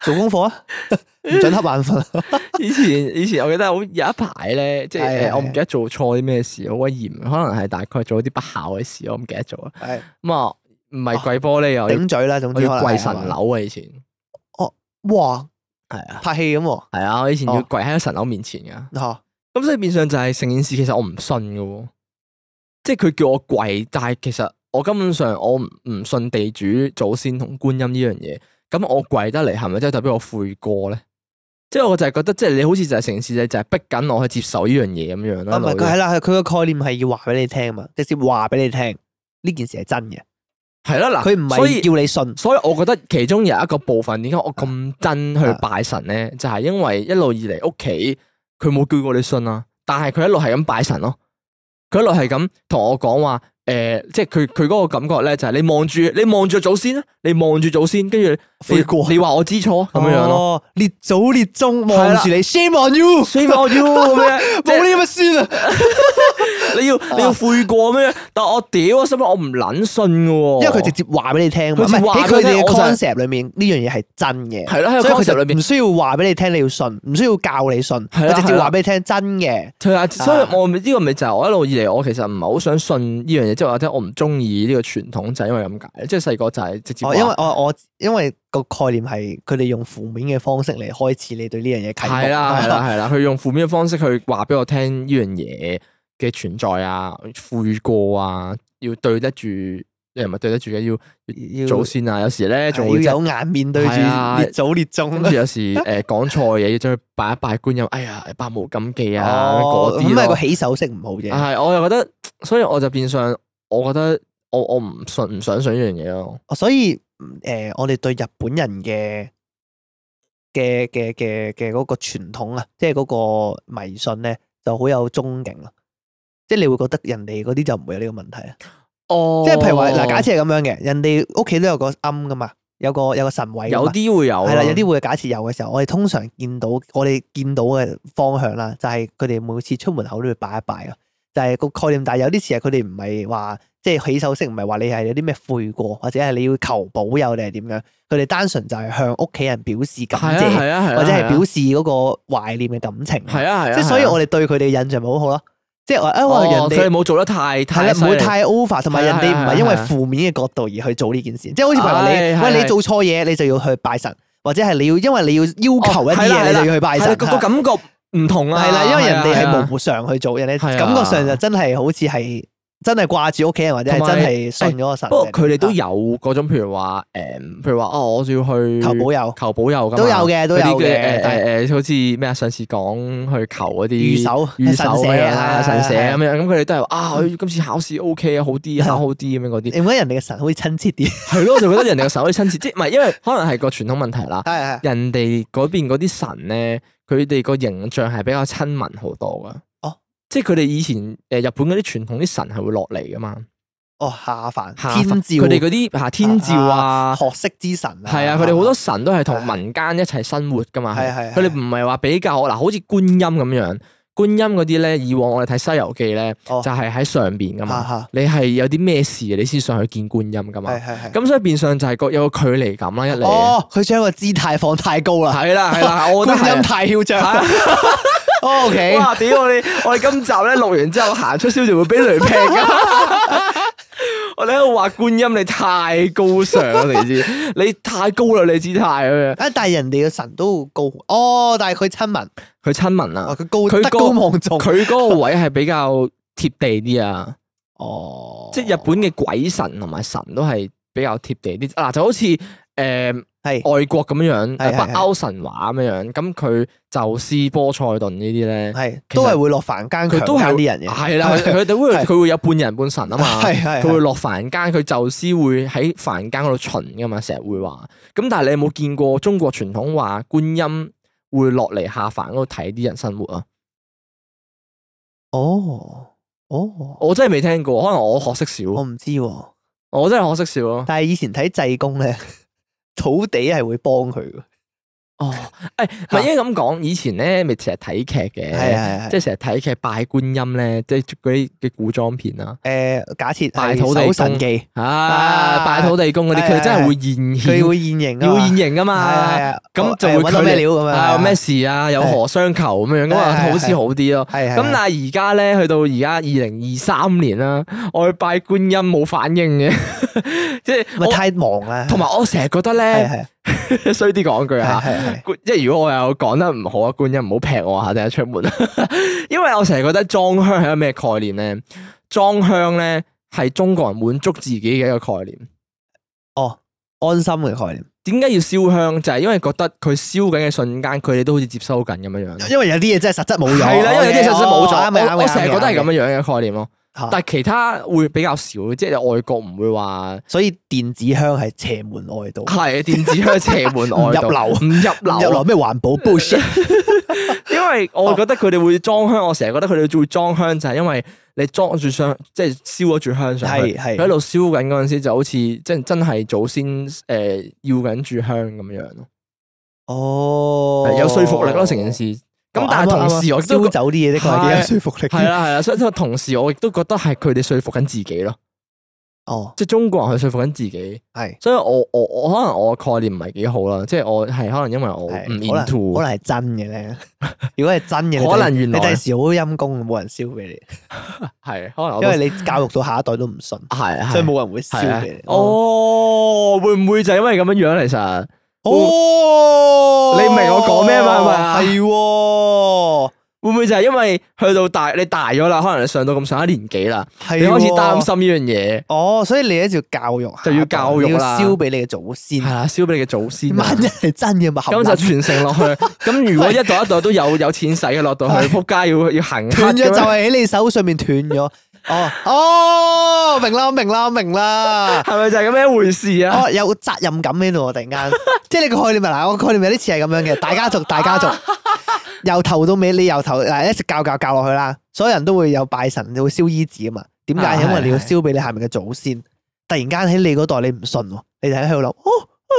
做功課啊， [LAUGHS] 唔準瞌眼瞓 [LAUGHS] 啊。以前以前我記得好有一排咧，即係係誒係我唔記得做錯啲咩事，好鬼嚴，可能係大概做啲不孝嘅事，我唔記得咗啦。係咁啊，唔係跪玻璃啊，我要頂嘴啦，總我之可要能跪係神。樓啊！以前哇，係啊，拍戲咁喎係啊，我以前要哦跪喺個神樓面前噶。嚇，咁所以變相就係成件事，其實我唔信噶，即係佢叫我跪，但係其實我根本上我唔唔信地主、祖先同觀音呢樣嘢。咁我跪得嚟，係咪真係代表我悔過咧？即係我就係覺得，即係你好似就係成件事就係逼緊我去接受呢樣嘢咁樣啦。啊唔係一佢路係啦，佢個概念係要話俾你聽啊嘛，直接話俾你聽呢件事係真嘅，係啦，嗱，佢唔啊所以係叫你信。所以我覺得其中有一個部分點解我咁憎啊去拜神咧，就係因為一路以嚟屋企佢冇叫過你信啊，但係佢一路係咁拜神咯，佢一路係咁同我講話，誒、即係佢佢嗰個感覺咧就係你望住你望住祖先啦，啊你望住祖先，跟住你悔過哦你話我知錯咁樣樣咯。咯，列祖列宗係望啦住你，shame on you，所以我要 [LAUGHS] 咁樣，即冇啊係呢咁嘅孫啊！你要你要悔過咩？但我屌，我心諗我唔撚信嘅喎，因為佢直接話俾你聽嘛，唔哦佢直係喺佢接話俾你哋聽嘅我就係 concept 裏面呢樣嘢係真嘅，係啦喺個所以佢 concept 裏面就唔需要話俾你聽你要信，唔需要教你信，係啦佢直係接啦話俾你聽真嘅，係啊，所以我咪呢個咪就係我一路以嚟，我其實唔係好想信呢樣嘢，即係或者我唔中意呢個傳統，就係因為咁解。即係細個就係直接話，哦，因為我我因為個概念係佢哋用負面嘅方式嚟開始你對呢樣嘢啟蒙，係 [LAUGHS] 啦係啦，係啦，佢用負面嘅方式去話俾我聽呢樣嘢嘅存在啊，悔過啊，要對得住，你唔係對得住嘅，要要祖先啊。有時咧仲會係要有眼面對住係啊列祖列宗跟住有時誒講錯嘢，要將佢拜一拜觀音，哎呀百無禁忌啊哦嗰咁啲咪個咯。起手式唔好啫，係，我又覺得，所以我就變相，我覺得我我唔信唔想信呢樣嘢咯。哦所以誒、呃我哋對日本人嘅嘅嘅嘅嘅嗰個傳統啊，即係嗰個迷信咧，就好有憧憬咯。即係你會覺得人哋嗰啲就唔會有呢個問題啊。哦即係譬如話嗱，假設係咁樣嘅，人哋屋企都有個龕噶嘛，有個有個神位㗎有嘛。啲會有啊，係啦，有啲會假設有嘅時候，我哋通常見到我哋見到嘅方向啦，就係佢哋每次出門口都會拜一拜咯。就係個概念，但係有啲時係佢哋唔係話即係起手式，唔係話你係有啲咩悔過，或者係你要求保佑定係點樣？佢哋單純就係向屋企人表示感係啊謝，係啊係啊，或者係表係示嗰個懷念嘅感情。啊係啊係啊，即係所以係啊我哋對佢哋印象咪好好咯。即係話啊，哇人哦哋佢哋冇做得太係啦，太唔會犀利太 over，同埋係人啊哋係唔啊係因為係啊負面嘅角度而去做呢件事，即係好似譬如話你，係係喂係你做錯嘢，你就要去拜神，或者係你要因為你要要求一啲哦係啦嘢，係啦你就要去拜係啦神。啊個個感覺唔同啦，啊係啦，因為人哋係係啊無常去做，人哋係啊感覺上就真係好似係真係掛住屋企人，或者係同埋哎真係信咗個神。啊不過佢哋都有嗰種，譬如話誒，譬如話哦，我要去求保佑，求保佑㗎嘛都有嘅，都有嗰啲嘅誒，但係誒誒，好似咩啊？上次講去求嗰啲御手御手神咁社樣啦，啊，神社係咁嗯樣，咁佢哋都係話啊，我今次考試 O K 啊，好 [LAUGHS] 啲啊，考好啲咁樣嗰啲，你覺得人哋嘅神好似親切啲？係咯，我就覺得人哋個手可以親切，即係唔係因為可能係個傳統問題啦，係係。人哋嗰邊嗰啲神咧，佢哋個形象係比較親民好多噶。哦，即係佢哋以前呃誒日本嗰啲傳統啲神係會落嚟噶嘛，哦，下凡下天照，佢哋嗰啲嚇天照啊。學識之神啊，係啊，佢哋好多神都係同民間一齊生活噶嘛。係係係佢哋唔係話比較嗱，好似觀音咁樣，觀音嗰啲咧，以往我哋睇《西遊記》咧，哦就係喺上邊噶嘛。嚇嚇你係有啲咩事你先上去見觀音噶嘛。係係係。咁所以變相就係個有個距離感啦，一嚟哦，佢將個姿態放太高啦，係啦係啦，我覺得觀係啊音太囂張。哦係 [LAUGHS] O K，哇！屌我哋，我哋今集咧錄完之後行出燒就會俾雷劈 [LAUGHS] 噶。我哋喺度話觀音你太高尚啦，你知你太高啦，你姿態咁樣。啊，但係人哋嘅神都高，哦，但係佢親民，佢親民哦啊，佢高佢德高高望重，佢嗰個位係比較貼地啲啊，哦，即係日本嘅鬼神同埋神都係比較貼地啲。嗱，就好似誒係外國咁係樣，係係北歐神話咁樣，咁佢宙斯、波塞頓呢啲咧，係其實都係會落凡間強佢都係姦啲人嘅，係啦，佢哋會係佢會有半人半神啊嘛。 [LAUGHS] 係係佢會係落凡間，佢宙斯會喺凡間嗰度巡噶嘛，成日會話。咁但係你有冇見過中國傳統話觀音會落嚟下凡嗰度睇啲人生活啊？哦哦，我真係未聽過，可能我學識我少，唔知喎，我真係學識少咯。但係以前睇濟公咧， [LAUGHS] 土地係會幫佢嘅，哦，誒，唔係應該咁講，以前咧咪成日睇劇係嘅，係即係。係成日睇劇拜觀音咧，即係嗰啲嘅古裝片啦，誒，假設拜係土地守公神記，啊，啊拜土地公嗰啲，係佢哋真係係會現佢顯，會現形㗎啊嘛，要現形噶係啊嘛係。係咁哦就誒會揾到佢咩哋料咁樣啊，有咩係事啊，有係何相求咁樣，咁啊係係好似好啲咯。係係咁係但係而家咧，去到而家二零二三年啦，我去拜觀音冇反應嘅， [LAUGHS] 即係咪我太忙啦，同埋我成日覺得係咧，係 [LAUGHS] 衰啲講句係嚇，係係觀即係如果我有講得唔好啊，觀音唔好劈我下，等下出門。 [LAUGHS] 因為我成日覺得裝香係一個咩概念咧？裝香咧係中國人滿足自己嘅一個概念。安心嘅概念，點解要燒香？就係、因為覺得佢燒緊嘅瞬間，佢哋都好似接收緊咁樣樣。因為有啲嘢真係實質冇咗，係啦，因為有啲 OK，實質冇哦啱嘅啱咗。嘅我我成日覺得係咁啱嘅啊樣樣嘅概念咯，嚇但係其他會比較少，即係外國唔會話所以電子香係邪門外道，係電子香邪門 [LAUGHS] 唔外入道 [LAUGHS] 流，唔入入流落啊。咩環保 bullshit，因為我覺得佢哋會裝香，我成日覺得佢哋會裝香就係因為你裝住香，即係燒咗住香上去，係係佢喺度燒緊嗰陣時就好似真真係祖先誒要緊住香咁樣咯， [LAUGHS] 哦有說服力咯成件事。咁哦但係啱啊同時我啱亦啊都燒走啲嘢的確係幾有說 [LAUGHS] 服力係啊嘅，啦係啦，所以同時我亦都覺得係佢哋說服緊自己咯，哦即係中國人去說服緊自己。係所以我我我可能我概念唔係幾好啦，即係我係可能因為我唔係 into，可能係真嘅 [LAUGHS] 咧，如果係真嘅，你可能第原來你第時好陰功，冇人燒俾你，係可能我因都為你教育到下一代都唔信，係係所以冇哦人會係燒啊俾你。哦，會唔會就係因為咁樣樣？其實哦，你明我講咩嘛係咪啊係喎，會唔會就係因為去到大你大咗啦，可能你上到咁上下年紀啦，係你開始喎擔。心呢樣嘢，哦，所以你一定要教育下一代，就要教育你要啦燒俾你嘅祖先係。啦，燒俾你嘅祖先啊。萬 [LAUGHS] 一係真嘅咪含咁就撚傳承落去。咁如果一代一代都 [LAUGHS] 有有錢使嘅落到去，仆街要要行乞斷咗咁就樣係喺你手上面斷咗。哦哦，明啦明啦明 [LAUGHS] 啦。係咪就係咁樣一回事啊？哦，有責任感喺度喎，啊突 [LAUGHS] 然間，即係你個概念咪嗱，我概念有啲似係咁樣嘅，大家族大家族，由頭到尾你由頭嗱一直教教教落去啦，所有人都會有拜神，你會燒衣紙啊嘛。點啊解？因為你要係係燒俾你下面嘅祖先。突然間喺你嗰代你唔信喎，你就喺度諗，哦，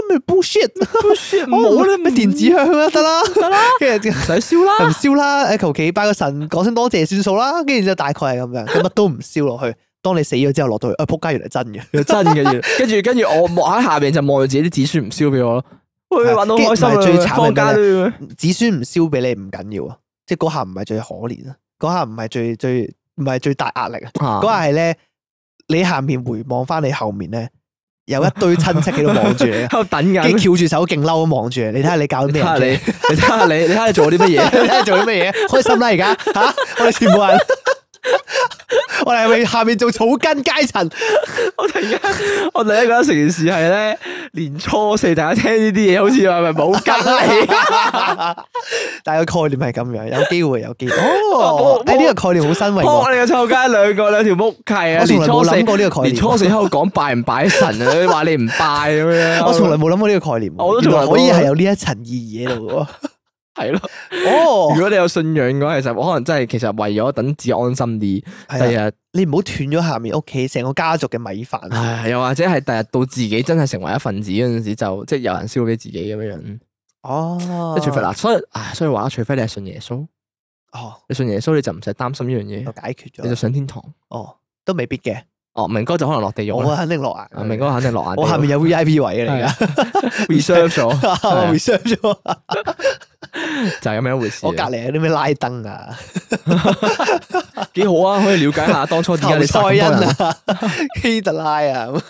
咪 bullshit，哦冇啦，咩電子香啊得啦，得啦， [LAUGHS] 跟住唔使燒啦就。唔燒啦，誒求其拜個神講聲多謝算數啦，跟住就大概係咁樣，佢乜都唔燒落去。當你死咗之後落到去，誒仆街原來真嘅， [LAUGHS] 真嘅要， [LAUGHS] 跟住跟住我望喺下邊就望住自己啲子孫唔燒俾我咯，會係玩到開心跟啊！住唔係最慘係咩放假都要子孫唔燒俾你唔緊要啊，即係嗰下唔係最可憐啊，嗰下唔係最最唔係最大壓力啊，嗰啊下係咧你下面回望翻你後面咧有一堆親戚喺度望住你 [LAUGHS] 喺，度跟等住緊。翹住手勁嬲咁望住你，你睇下你搞啲你咩睇下你，人出嚟？你睇下你，你睇下你做咗啲乜你嘢？睇下做啲咩嘢？開心啦而家吓，我哋全部人，我哋係咪下面做草根階層？ [LAUGHS] 我突然間， [LAUGHS] 我突然間覺得成件事係咧，年初四大家聽呢啲嘢，好似係咪冇跟 [LAUGHS] 嚟？但係個概念係咁樣，有機會有機會。我哦，我誒呢個概念好 [LAUGHS] 新穎仆喎，你個臭街，兩個兩條木契啊！我從來年初冇四諗過呢個概念年初四喺度講拜唔拜神啊， [LAUGHS] 你話你唔拜咁樣。我從來冇諗過呢個概念喎，我都從來原來可以冇係有呢一層意義喺度嘅係咯。喎。哦如，果你有信仰嘅話，其實我可能真係其實為咗等自己安心啲，第係啊，日你唔好斷咗下面屋企成個家族嘅米飯。唉，又或者係第日到自己真係成為一份子嗰陣時，就即係有人燒俾自己咁樣樣。哦即，係除非嗱，所以唉，所以話除非你係信耶穌，哦，你信耶穌你就唔使擔心呢樣嘢就，解決嗯你咗。就上天堂。哦，都未必嘅，哦，明哥就可能落地獄啦我肯定落啊，眼。明哥肯定落眼。我下面有 V I P 位嘅 [LAUGHS] 嚟噶， reserve 啊咗， [LAUGHS] 我係啊 reserve 咗。就係咁樣一回事。啊我隔離有啲咩拉登啊、幾好啊，可以了解下當初點解侯你殺賽咁多恩人。啊、 [LAUGHS] 希特拉啊，咁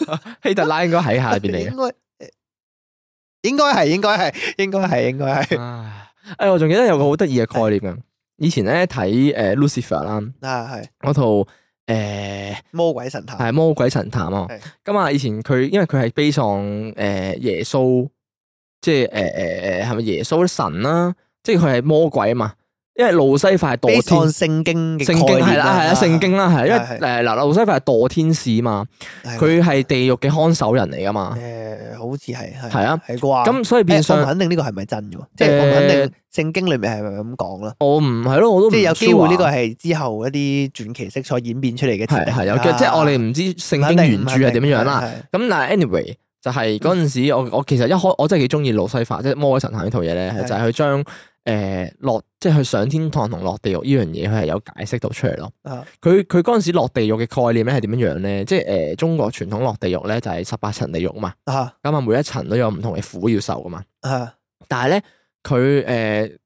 希特拉應該喺下邊嚟應該 [LAUGHS] 應該係應該係應該係應該係嘅。唉，誒，我仲記得有個好得意嘅概念嘅，以前咧睇誒 Lucifer 啦，啊係嗰套呃誒魔鬼神探係魔鬼神探啊係。咁啊，以前佢因為佢係悲喪誒耶穌，即係誒誒誒係咪耶穌神啦？即係佢係魔鬼啊嘛。因為路西法係，based 墮天 on 聖經嘅聖經概係念啊啦，係啦，聖經啦，係因為係係誒嗱，路西法係墮天使嘛，係佢係地獄嘅看守人嚟噶嘛，誒好似係係係啊係啩咁所以變誒我唔相肯定呢個係咪真嘅喎，即係我唔肯誒定聖經裏面係咪咁講啦。我唔係咯，我都唔即係有機 sure 會啊呢個係之後一啲傳奇色彩演變出嚟嘅設係定係有啊嘅，即係我哋唔知聖經原著係點樣樣啦。，咁但係 anyway 就係嗰陣時，我我其實一開我真係幾中意路西法，即係魔鬼神探呢套嘢咧，係就係佢將誒落即係佢上天堂同落地獄呢樣嘢，佢係有解釋到出嚟咯。啊佢佢嗰陣時落地獄嘅概念咧係點樣樣咧？即係誒中國傳統落地獄咧就係十八層地獄嘛，係係咁啊每一層都有唔同嘅苦要受噶嘛。啊啊但係咧，佢誒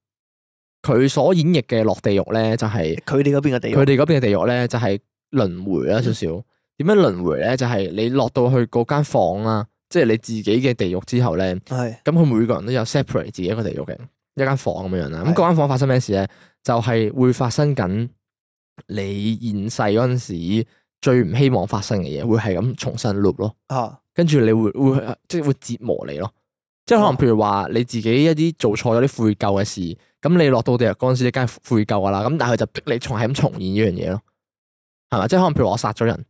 佢所演繹嘅落地獄咧，就係佢哋嗰邊嘅地佢獄哋嗰邊嘅地獄咧，就係輪迴啦少少。點樣輪迴咧？就係你落到去嗰間房啦，即係你自己嘅地獄之後咧，係咁佢每個人都有 separate 自己一個地獄嘅一間房咁樣樣啦。咁係嗰間房發生咩事咧？就係會發生緊你現世嗰陣時最唔希望發生嘅嘢，會係咁重新 loop 咯。啊跟住你會會即係會折磨你咯。即係可能哦譬如話你自己一啲做錯咗啲悔疚嘅事，咁你落到地獄嗰陣時，你梗係悔疚噶啦。咁但係佢就逼你重係咁重現呢樣嘢咯，係嘛？即係可能譬如話我殺咗人，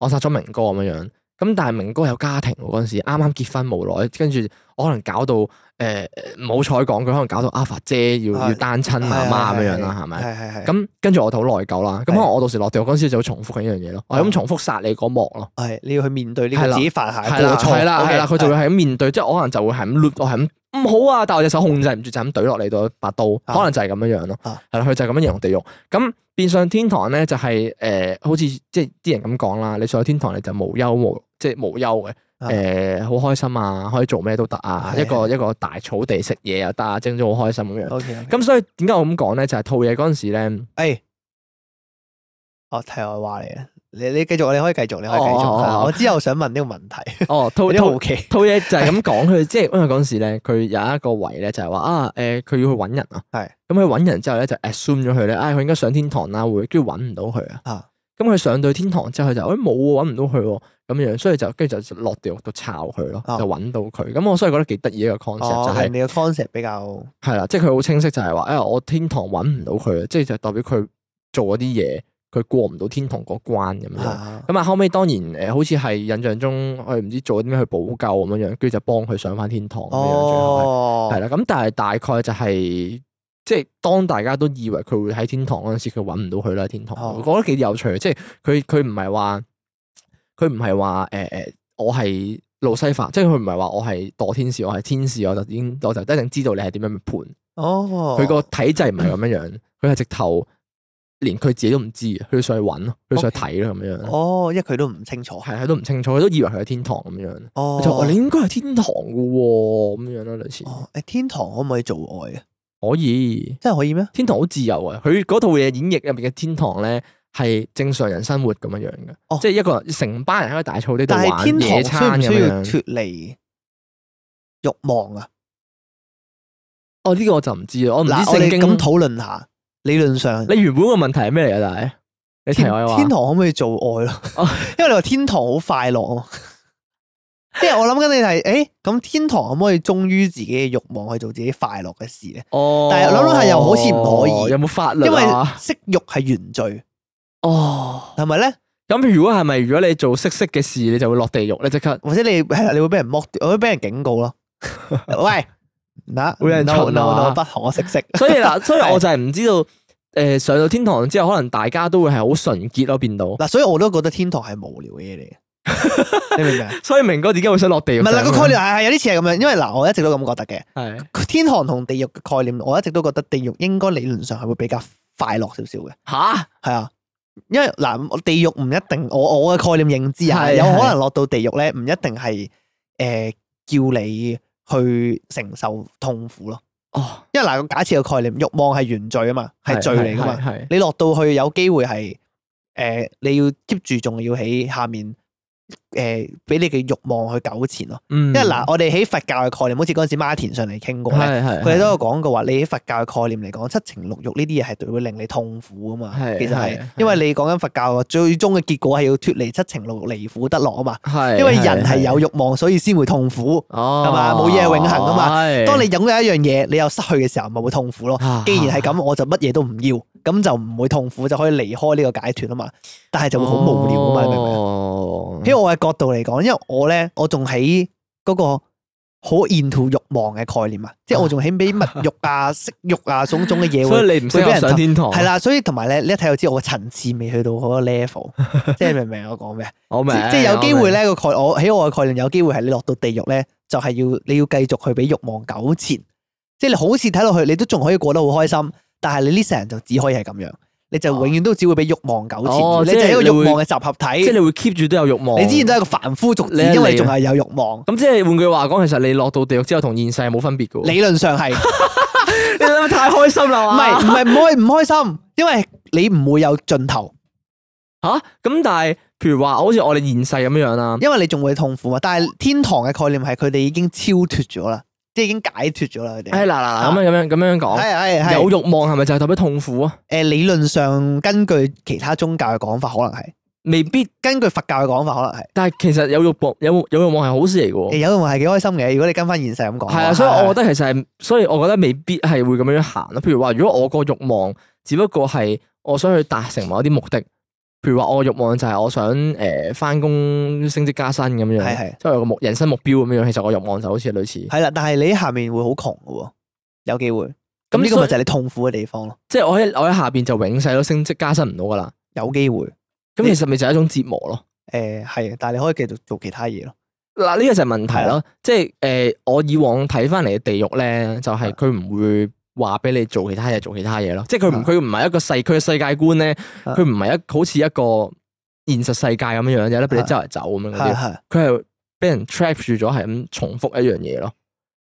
我殺咗明哥咁樣樣。咁但係明哥有家庭喎嗰陣時，啱啱結婚無耐，跟住我可能搞到誒呃唔好彩講，佢可能搞到阿發姐要係要單親媽媽咁樣樣啊啦，係咪？係係係咁跟住我就好內疚啦。咁可能我到時落地獄嗰陣時就會重複緊呢樣嘢咯，我係哦咁重複殺你嗰幕咯。係你要去面對呢係個啦自己犯下嘅係啦，過錯，係啦， OK，係啦，佢就會係咁面對，即係我可能就會係咁 loop，我係咁唔好啊，但係我隻手控制唔住，就係咁懟落嚟到把刀，啊可能就係咁樣樣咯。啊係啦，佢就係咁樣形容地獄。咁變相天堂咧，就係誒，好似即係啲人咁講啦，你上咗天堂你就無憂無即係無憂啊嘅，誒好開心啊，可以做咩都得啊，係一個係一個大草地食嘢又得啊，蒸咗好開心咁樣。 OK 咁咁所以點解我咁講咧？就係套嘢嗰陣時咧，誒，哎哦題外話嚟嘅，你你繼續，你可以繼續，你可以繼哦哦哦續，哦我之後想問呢個問題，哦，[LAUGHS] 有套套啲好奇，套嘢就係咁講，佢即係因為嗰陣時咧，佢有一個位咧就係話啊，誒、佢要去揾人啊，係咁佢揾人之後咧就 assume 咗佢咧，啊佢應該上天堂啦會，跟住揾唔到佢啊，啊咁佢上到天堂之後佢就誒冇喎，揾唔到佢喎，咁樣，所以就跟住就落地獄度抄佢咯，哦就揾到佢，咁我所以覺得幾得意一個 concept 哦就人係哋嘅 concept 比較係啦，即係佢好清晰就係話，誒我天堂揾唔到佢，啊即係就代表佢做嗰啲嘢，佢過唔到天堂嗰關咁樣。啊咁啊，後尾當然誒、呃好似係印象中，佢唔知做啲咩去補救咁樣樣，跟住就幫佢上翻天堂咁樣樣，最後哦係係啦。咁但係大概就係、即係當大家都以為佢會喺天堂嗰陣時，佢揾唔到佢啦。天堂，哦我覺得幾有趣。即係佢佢唔係話佢唔係話誒誒，我係路西法，即係佢唔係話我係墮天使，我係天使，我就已經我就一定知道你係點樣判。哦，佢個體制唔係咁樣樣，佢係直頭連佢自己都唔知，佢上去揾咯，佢上去睇咯咁樣樣。哦，因為佢都唔清楚，係係都唔清楚，佢都以為佢係天堂咁樣，哦佢就話你應該係天堂嘅喎，咁樣咯，類似哦，誒天堂可唔可以做愛啊？可以真係可以咩？天堂好自由啊！佢嗰套嘢演繹入面嘅天堂咧係正常人生活咁樣樣嘅，哦即係一個成班人喺個大草地度但係玩天野堂餐需唔咁需要樣樣。脱離慾望啊？哦，呢個我就唔知啦，我唔知嗱，我聖哋經咁討論下，理論上你原本個問題係咩嚟啊？但係你題天外話，天堂可唔可以做愛咯？哦 [LAUGHS] 因為你話天堂好快樂啊嘛， [LAUGHS] 即係我諗緊你係，誒咁天堂可唔可以忠於自己嘅慾望去做自己快樂嘅事咧？哦，但係諗諗下又好似唔可以有冇法律因為啊？色欲係原罪，哦，係咪咧？咁如果係咪如果你做色色嘅事，你就會落地獄咧？即刻或者你 [LAUGHS] 係啦，你會俾人剝奪，會俾人警告咯。 [LAUGHS] 喂，嗱，會有人 no 巡 no 啊 no，不可色 [LAUGHS] 色。所以 [LAUGHS] 嗱，所以係我就係唔知道，诶、上到天堂之後，可能大家都會係好純 [LAUGHS] 潔咯，變到。嗱，所以我都覺得天堂係無聊嘅 [LAUGHS] 嘢嚟嘅，你明唔明啊？所以明哥點解會想落地獄？唔係嗱，個概念係係有啲似係咁樣，因為嗱，我一直都咁覺得嘅。係天堂同地獄嘅概念，我一直都覺得地獄應該理論上係會比較快樂少少嘅，吓，係啊。因為嗱，地獄唔一定，我我嘅概念認知啊，係有可係能落到地獄咧，唔一定係誒叫你去承受痛苦咯。哦，因為嗱，個假設嘅概念，慾望係原罪啊嘛，係罪嚟噶嘛。係你落到去有機會係誒、你要 keep 住，仲要喺下面誒俾、你嘅慾望去糾纏咯。嗯，因為嗱，我哋喺佛教嘅概念，好似嗰陣時 Martin 上嚟傾過咧，係係 [LAUGHS] 佢哋都有講過話，你喺佛教嘅概念嚟講，七情六欲呢啲嘢係會令你痛苦啊嘛。係其實係係係因為你講緊佛教嘅最終嘅結果係要脱離七情六欲離苦得樂啊嘛。係，因為人係有慾望，所以先會痛苦。哦，係嘛冇嘢係永恆㗎嘛係。啊當你擁有一樣嘢，你又失去嘅時候，咪會痛苦咯。既然係咁，我就乜嘢都唔要，咁就唔會痛苦，就可以離開呢個解脱啊嘛。但係就會好無聊啊嘛，你明唔明啊？哦，喺我嘅角度嚟講，因為我咧，我仲喺嗰個好 into 慾望嘅概念啊，即係我仲喺俾物欲 [LAUGHS] 啊、色欲啊種種嘅嘢所會以你唔適合上天堂。係，啦，所以同埋咧，你一睇就知我嘅層次未去到嗰個 level，即 [LAUGHS] 係明唔明我講咩？啊我明，即即係有機我會明，咧個概，我喺我嘅概念有機會係你落到地獄咧，就係、要你要繼續去俾慾望糾纏，即係你好似睇落去你都仲可以過得好開心，但係你呢世人就只可以係咁樣，你就永遠都只會俾慾望糾纏，哦你即就係係一個你會慾望嘅集合即係體。你會 keep 住都有慾望。你之前都係一個凡夫俗子，你係因為你仲哦係有啊哦慾望，咁即係換句話講，其實你落到地獄之後，同現世係冇分別嘅喎。理論上係唔 [LAUGHS] 你諗得太開心啦哇係唔係唔開唔開心，因為你唔會有盡頭，吓咁，但係譬如話，好似我哋現世咁樣樣啦，因為你仲會痛苦嘛。但係天堂嘅概念係佢哋已經超脱咗啦，即係已經解脱咗啦，佢哎誒嗱哋。嗱嗱咁樣咁樣咁樣講，啊係啊係係有慾望係咪就係代表痛苦啊？誒理論上根據其他宗教嘅講法，可能係未必，根據佛教嘅講法，可能係但係其實有慾望有有慾望係好事嚟嘅喎誒。有人話係幾開心嘅。如果你跟翻現實咁講，係啊，所以我覺得其實係，所以我覺得未必係會咁樣行咯。譬如話，如果我個慾望只不過係我想去達成某一啲目的，譬如話我個慾望就係我想誒翻工升職加薪咁樣，係係即係有個目人生目標咁樣。其實我慾望就好似類似，係啦，但係你喺下面會好窮嘅喎，有機會。咁咁呢個所咪以就係你痛苦嘅地方咯，即係我喺我喺下邊就永世都升職加薪唔到噶啦。有機會。咁其實咪就係一種折磨咯。誒係，啊但係你可以繼續做其他嘢咯。嗱，呢個就係問題係啊咯。即係誒，我以往睇翻嚟嘅地獄咧，就係佢唔會話俾你做其他嘢，做其他嘢咯。即係佢啊唔佢唔係一個世佢嘅世界觀咧，啊佢唔係一好似一個現實世界咁樣樣，有得俾你啊周圍走咁樣嗰係啲。係。佢係俾人 trap 住咗，係咁重複一樣嘢咯。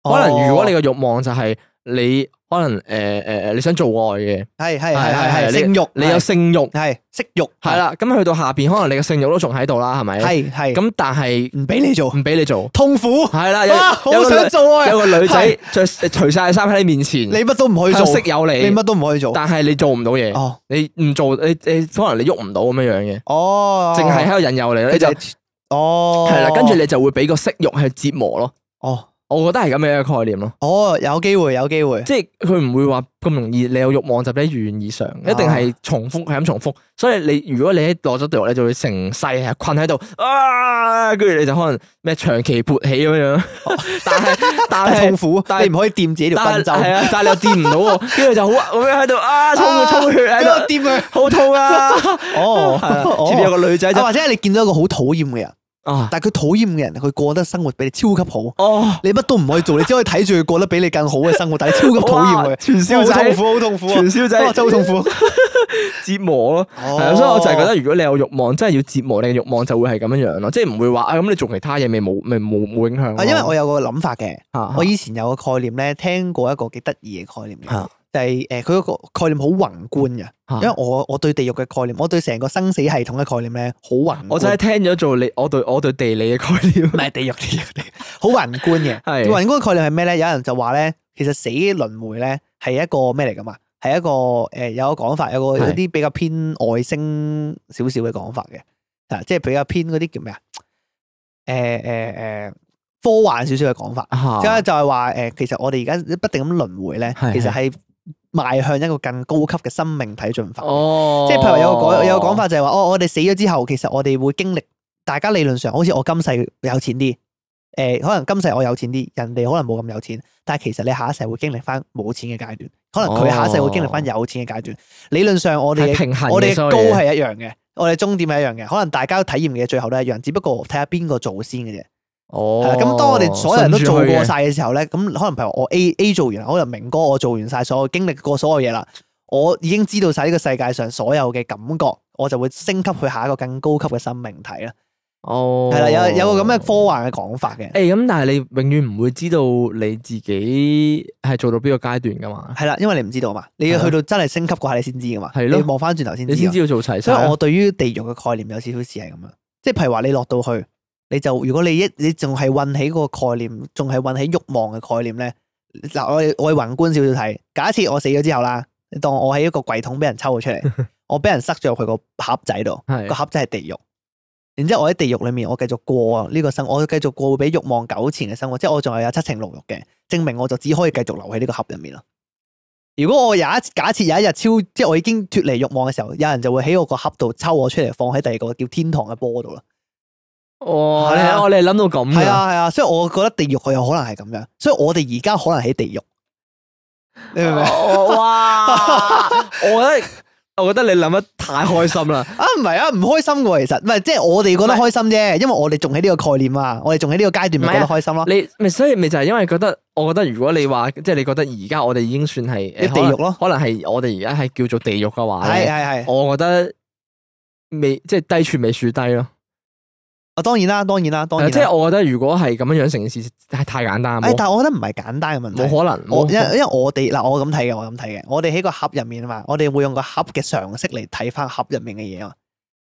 哦可能如果你個嘅慾望就係你可能誒誒誒，你想做愛嘅，係係係係係係係你性慾，你有性慾係係色慾，係啦，咁去到下邊可能你嘅性慾都仲喺度啦，係咪？係係咁咁但係唔俾你做，唔俾你做，痛苦係啦，有啊！有好個想做啊有！個女仔着呃除晒衫喺你面前，你乜都唔可以佢做識，有你你，乜都唔可以做。但係你做唔到嘢，哦你唔做，你你可能你喐唔到咁樣樣嘅，哦，淨係喺度引誘你咯，佢你就就係哦，係啦，跟住你就會俾個色欲去折磨咯。哦。我覺得係咁樣嘅概念咯，哦，有機會，有機會，即係佢唔會話咁容易，你有欲望就俾你如願以償，哦一定係重複係咁重複。所以你如果你喺落咗地獄，你就會成世係困喺度啊，跟住你就可能咩長期勃起咁樣樣， [LAUGHS] 但係但但係係哦痛苦，但係你唔可以掂自己條但賓係州，係啊，但係你又掂唔到喎，跟住就好咁樣喺度啊，充啊充血喺度，掂佢。 [LAUGHS] 好痛啊！ [LAUGHS] 哦， [LAUGHS] 係啦哦前面有個女仔就啊或者哦係你見到一個好討厭嘅人，啊，但係佢討厭嘅人，佢過得生活比你超級好，哦，你乜都唔可以做，你只可以睇住佢過得比你更好嘅生活，但係你超級討厭哇佢，傳銷哇好痛仔，苦，好痛苦啊傳！銷哇仔真係好痛哦苦。折磨咯。係係啊，所以我就係覺得，如果你有慾望，真係要折磨你嘅慾望，就會係咁樣樣咯，即係唔會話啊咁你做其他嘢咪冇咪冇冇影響咯。啊，因為我有個諗法嘅，啊我以前有個概念咧，聽過一個幾得意嘅概念嘅啊，就係誒佢嗰個概念好宏觀嘅，啊因為我我對地獄嘅概念，我對成個生死系統嘅概念咧好宏觀。我就係聽咗做你我對我對地理嘅概念 [LAUGHS] 唔，係地獄，地獄，地獄好宏觀嘅。係宏觀嘅概念係咩咧？有人就話咧，其實死輪迴咧係一個咩嚟噶嘛？係一個誒、呃有個講法，有個係有啲比較偏外星少少嘅講法嘅，啊，即係比較偏嗰啲叫咩啊？誒誒誒，科幻少少嘅講法，即係嚇，就係話誒，其實我哋而家不定咁輪迴咧，啊係其實係邁向一個更高級嘅生命體進化。哦，即係譬如話有個講有個講法就係話，哦，我哋死咗之後，其實我哋會經歷，大家理論上好似我今世有錢啲，誒、可能今世我有錢啲，人哋可能冇咁有錢，但係其實你下一世會經歷翻冇錢嘅階段，可哦能佢下一世會經歷翻有錢嘅階段。理論上我哋係嘅平衡嘅，我哋嘅所高有嘢係一樣嘅，我哋終點係一樣嘅，可能大家體驗嘅最後都係一樣，只不過睇下邊個做先嘅啫。係哦啦，，咁當我哋所有人都做過過，晒嘅時候咧，咁可能譬如我 A A 做完，可能明哥我做完晒所有經歷過所有嘢啦，我已經知道晒呢個世界上所有嘅感覺，我就會升級去下一個更高級嘅生命體啦。哦，係啦，有有個咁嘅科幻嘅講法嘅，誒咁，但係你永遠唔會知道你自己係做到邊個階段噶嘛？係啦，因為你唔知道嘛，你要去到真係升級嗰下你先知噶嘛，係你咯望翻轉頭先你知先㗎。知道做齊所以晒。我對於地獄嘅概念有少少似係咁樣，即係譬如話你落到去，你就如果你一你仲係運起嗰個概念，仲係運起慾望嘅概念咧，嗱我哋我哋宏觀少少睇，假設我死咗之後啦，你當我喺一個櫃桶俾人抽咗出嚟，我俾人塞咗入去個盒仔度，係個盒仔係地獄。然之後我喺地獄裡面，我繼續過呢個生，我繼續過會俾慾望糾纏嘅生活，即係我仲係有七情六欲嘅，證明我就只可以繼續留喺呢個盒入面啦。如果我有一假設有一日超，即係我已經脱離慾望嘅時候，有人就會喺我個盒度抽我出嚟，放喺第二個叫天堂嘅波度啦。哦，係你啊我哋諗到咁係㗎啊係啊，所以我覺得地獄佢有可能係咁樣，所以我哋而家可能喺地獄，你明唔明啊？哦哇！ [LAUGHS] 我覺得我覺得你諗得太開心啦。啊唔係啊，唔開心嘅喎，其實唔係即係我哋覺得開心啫，因為我哋仲喺呢個概念啊，我哋仲喺呢個階段咪覺得開心咯，你咪所以咪就係因為覺得，我覺得如果你話即係你覺得而家我哋已經算係你地獄咯可能可能係我哋而家係叫做地獄嘅話係咧，係係。我覺得未即係低處未算低咯。啊當然啦，當然啦，當然呃即啦。係我覺得如果係咁樣樣，成件事係太簡單，誒，冇但係我覺得唔係簡單嘅問題冇。可能。我冇因因為我哋嗱，我咁睇嘅，我咁睇嘅，我哋喺個盒入面啊嘛，我哋會用個盒嘅常識嚟睇翻盒入面嘅嘢啊嘛，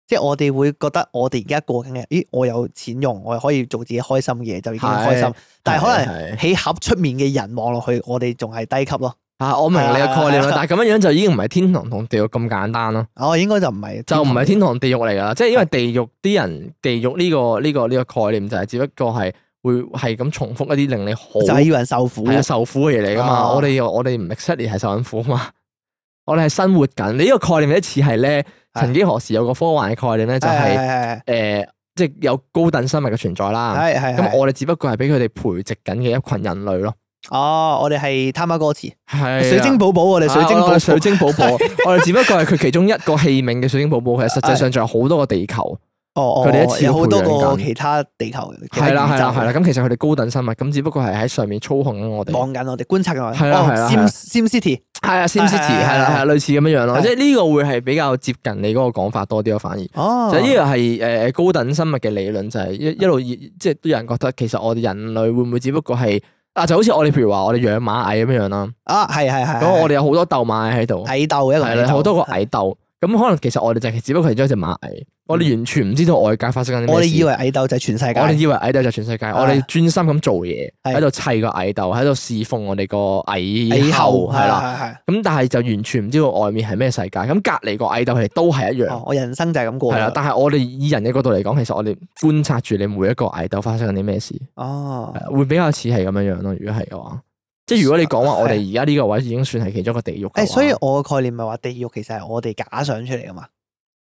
即係我哋會覺得我哋而家過緊嘅，咦，我有錢用，我可以做自己開心嘅嘢就已經開心係，但係可能係係喺盒出面嘅人望落去，我哋仲係低級咯，啊，我明你嘅概念係啊係啊啦，但係咁樣樣就已經唔係天堂同地獄咁簡單咯，哦，應該就唔係，就唔係天堂地獄嚟噶啦，即係因為地獄啲人地獄呢個呢個呢個概念就係只不過係會係咁重複一啲令你好就係要人受苦，係啊受苦嘅嘢嚟噶嘛，啊我哋我哋唔 exactly 係受緊苦嘛， [LAUGHS] 我哋係生活緊，你呢個概念有啲似係咧，係曾經何時有個科幻嘅概念咧，就啊係係係誒即係有高等生物嘅存在啦，係係啊咁咁我我哋只不過係俾佢哋培植緊嘅一群人類咯，哦，我哋係貪媽歌詞，係啊水晶寶寶，我哋水晶寶啊我寶哋水晶寶寶，我哋只不過係佢其中一個器皿嘅水晶寶寶，其實實際上仲有好多個地球，哦，佢哋一次有好多培養個緊其他地球嘅係啦係啦係啦，啦，咁其實佢哋高等生物，咁只不過係喺上面操控緊我哋，望緊我哋觀察緊我哋，係啦係啦係啦哦，Sim Sim City。係啊，Sim City 係係係啦係啦，類似咁樣樣咯，係即係呢個會係比較接近你嗰個講法多啲咯，反而。哦，就呢個係誒高等生物嘅理論，就係一一路以即係都有人覺得其實我哋人類會唔會只不過係啊就好似我哋譬如話我哋養馬蟻咁樣樣啦，啊，係係係，咁我哋哋有好多鬥馬蟻喺度，蟻斗一個係蟻啦，鬥好多個，蟻鬥。咁可能其實我哋就係只不過係咗一隻螞蟻，我哋完全唔知道外界發生緊啲嗯我咩哋事。以為蟻斗就係全世界，我哋以為蟻鬥就係全世界，係我哋專心咁做嘢，係喺度砌個蟻鬥，喺度侍奉我哋個蟻蟻后后係啦。係係咁但係就完全唔知道外面係咩世界。咁隔離個蟻鬥佢哋都係一係，哦啊樣，我人生就係咁過，係啦。，但係我哋以人嘅角度嚟講，其實我哋觀察住你每一個蟻鬥發生緊啲咩事，哦，係啊會比較似係咁樣樣咯。如果係嘅話，即係如果你講話我哋而家呢個位已經算係其啊中一個地獄嘅話，誒，所以我嘅概念咪話地獄其實係我哋假想出嚟噶嘛，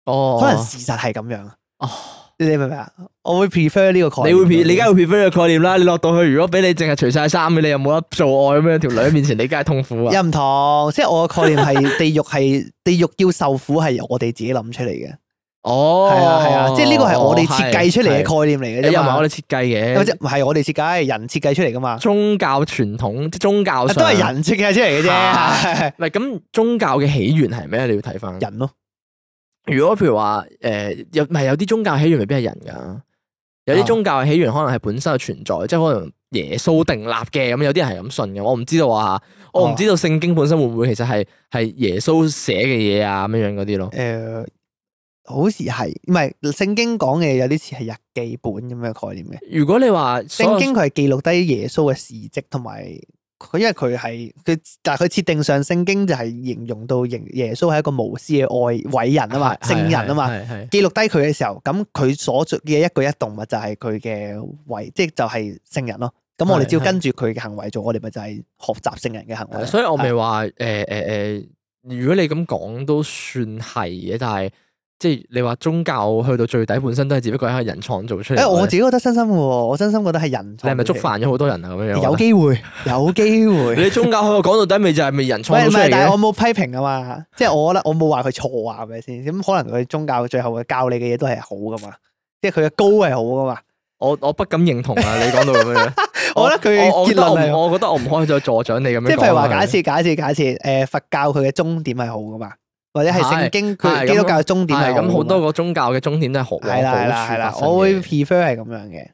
哦，可能事實係咁樣，哦。你明唔明啊？我會 prefer 呢個概你念，會 pre 你梗係會 prefer 呢個概念啦。你落到去，如果俾你淨係除晒衫嘅，你又冇得做愛咁樣，條女面前你梗係痛苦啊！又唔同，即係我嘅概念係地獄係地獄要受苦係由我哋自己諗出嚟嘅，哦，係啊係啊，即係呢個係我哋設計出嚟嘅概念嚟嘅係，啊啫哎又唔係嘛我哋設計或者嘅，唔係我哋設計，人設計出嚟噶嘛，宗教傳統即宗教啊都上係。人設計出嚟嘅啫 [LAUGHS] 係，唔係咁，宗教嘅起源係咩？你要睇翻。人咯，如果譬如話誒，有唔係有啲宗教起源未必係人㗎，有啊啲宗教嘅起源可能係本身嘅存在，即係可能耶穌定立嘅咁，有啲人係咁信嘅。我唔知道啊，我唔知道聖經本身會唔會其實係係耶穌寫嘅嘢啊咁樣樣嗰啲咯。誒，好似係唔係聖經講嘅有啲似係日記本咁嘅概念嘅。如果你話所有聖經佢係記錄低耶穌嘅事蹟同埋佢因為佢係佢，但係佢設定上聖經就係形容到耶耶穌係一個無私嘅愛偉人啊嘛，聖人啊嘛。係，係記錄低佢嘅時候，咁佢所做嘅一舉一動咪就係佢嘅為，即係就係聖人咯。咁我哋只要係係跟住佢嘅行為做，我哋咪就係學習聖人嘅行為係咯。所以我咪係話誒誒誒，如果你咁講都算係嘅，但係即係你話宗教去到最底本身都係只不過係一個人創造出嚟嘅。哎誒，我自己覺得真心嘅喎，我真心覺得係人。你係咪觸？犯咗好多人啊？咁樣樣有機會，有機 [LAUGHS] 會。你宗教去到講到底，咪就係咪人創喂，造唔出係嚟，但係嘅我？冇批評啊嘛，即係我覺得我冇話佢錯啊，係咪先？咁可能佢宗教最後嘅教你嘅嘢都係好噶嘛，即係佢嘅高係好噶嘛。我我不敢認同啊！你講到咁樣， [LAUGHS] 我覺得佢我我結覺得論我係唔，我覺得我唔可以再助長你咁樣講啊。即係譬如話假設假設假設誒佛教佢嘅終點係好噶嘛，或者係聖經佢係基督教嘅終點係係咁，好多個個宗教嘅終點都係好係啦係啦係啦，我會會 prefer 係咁樣嘅，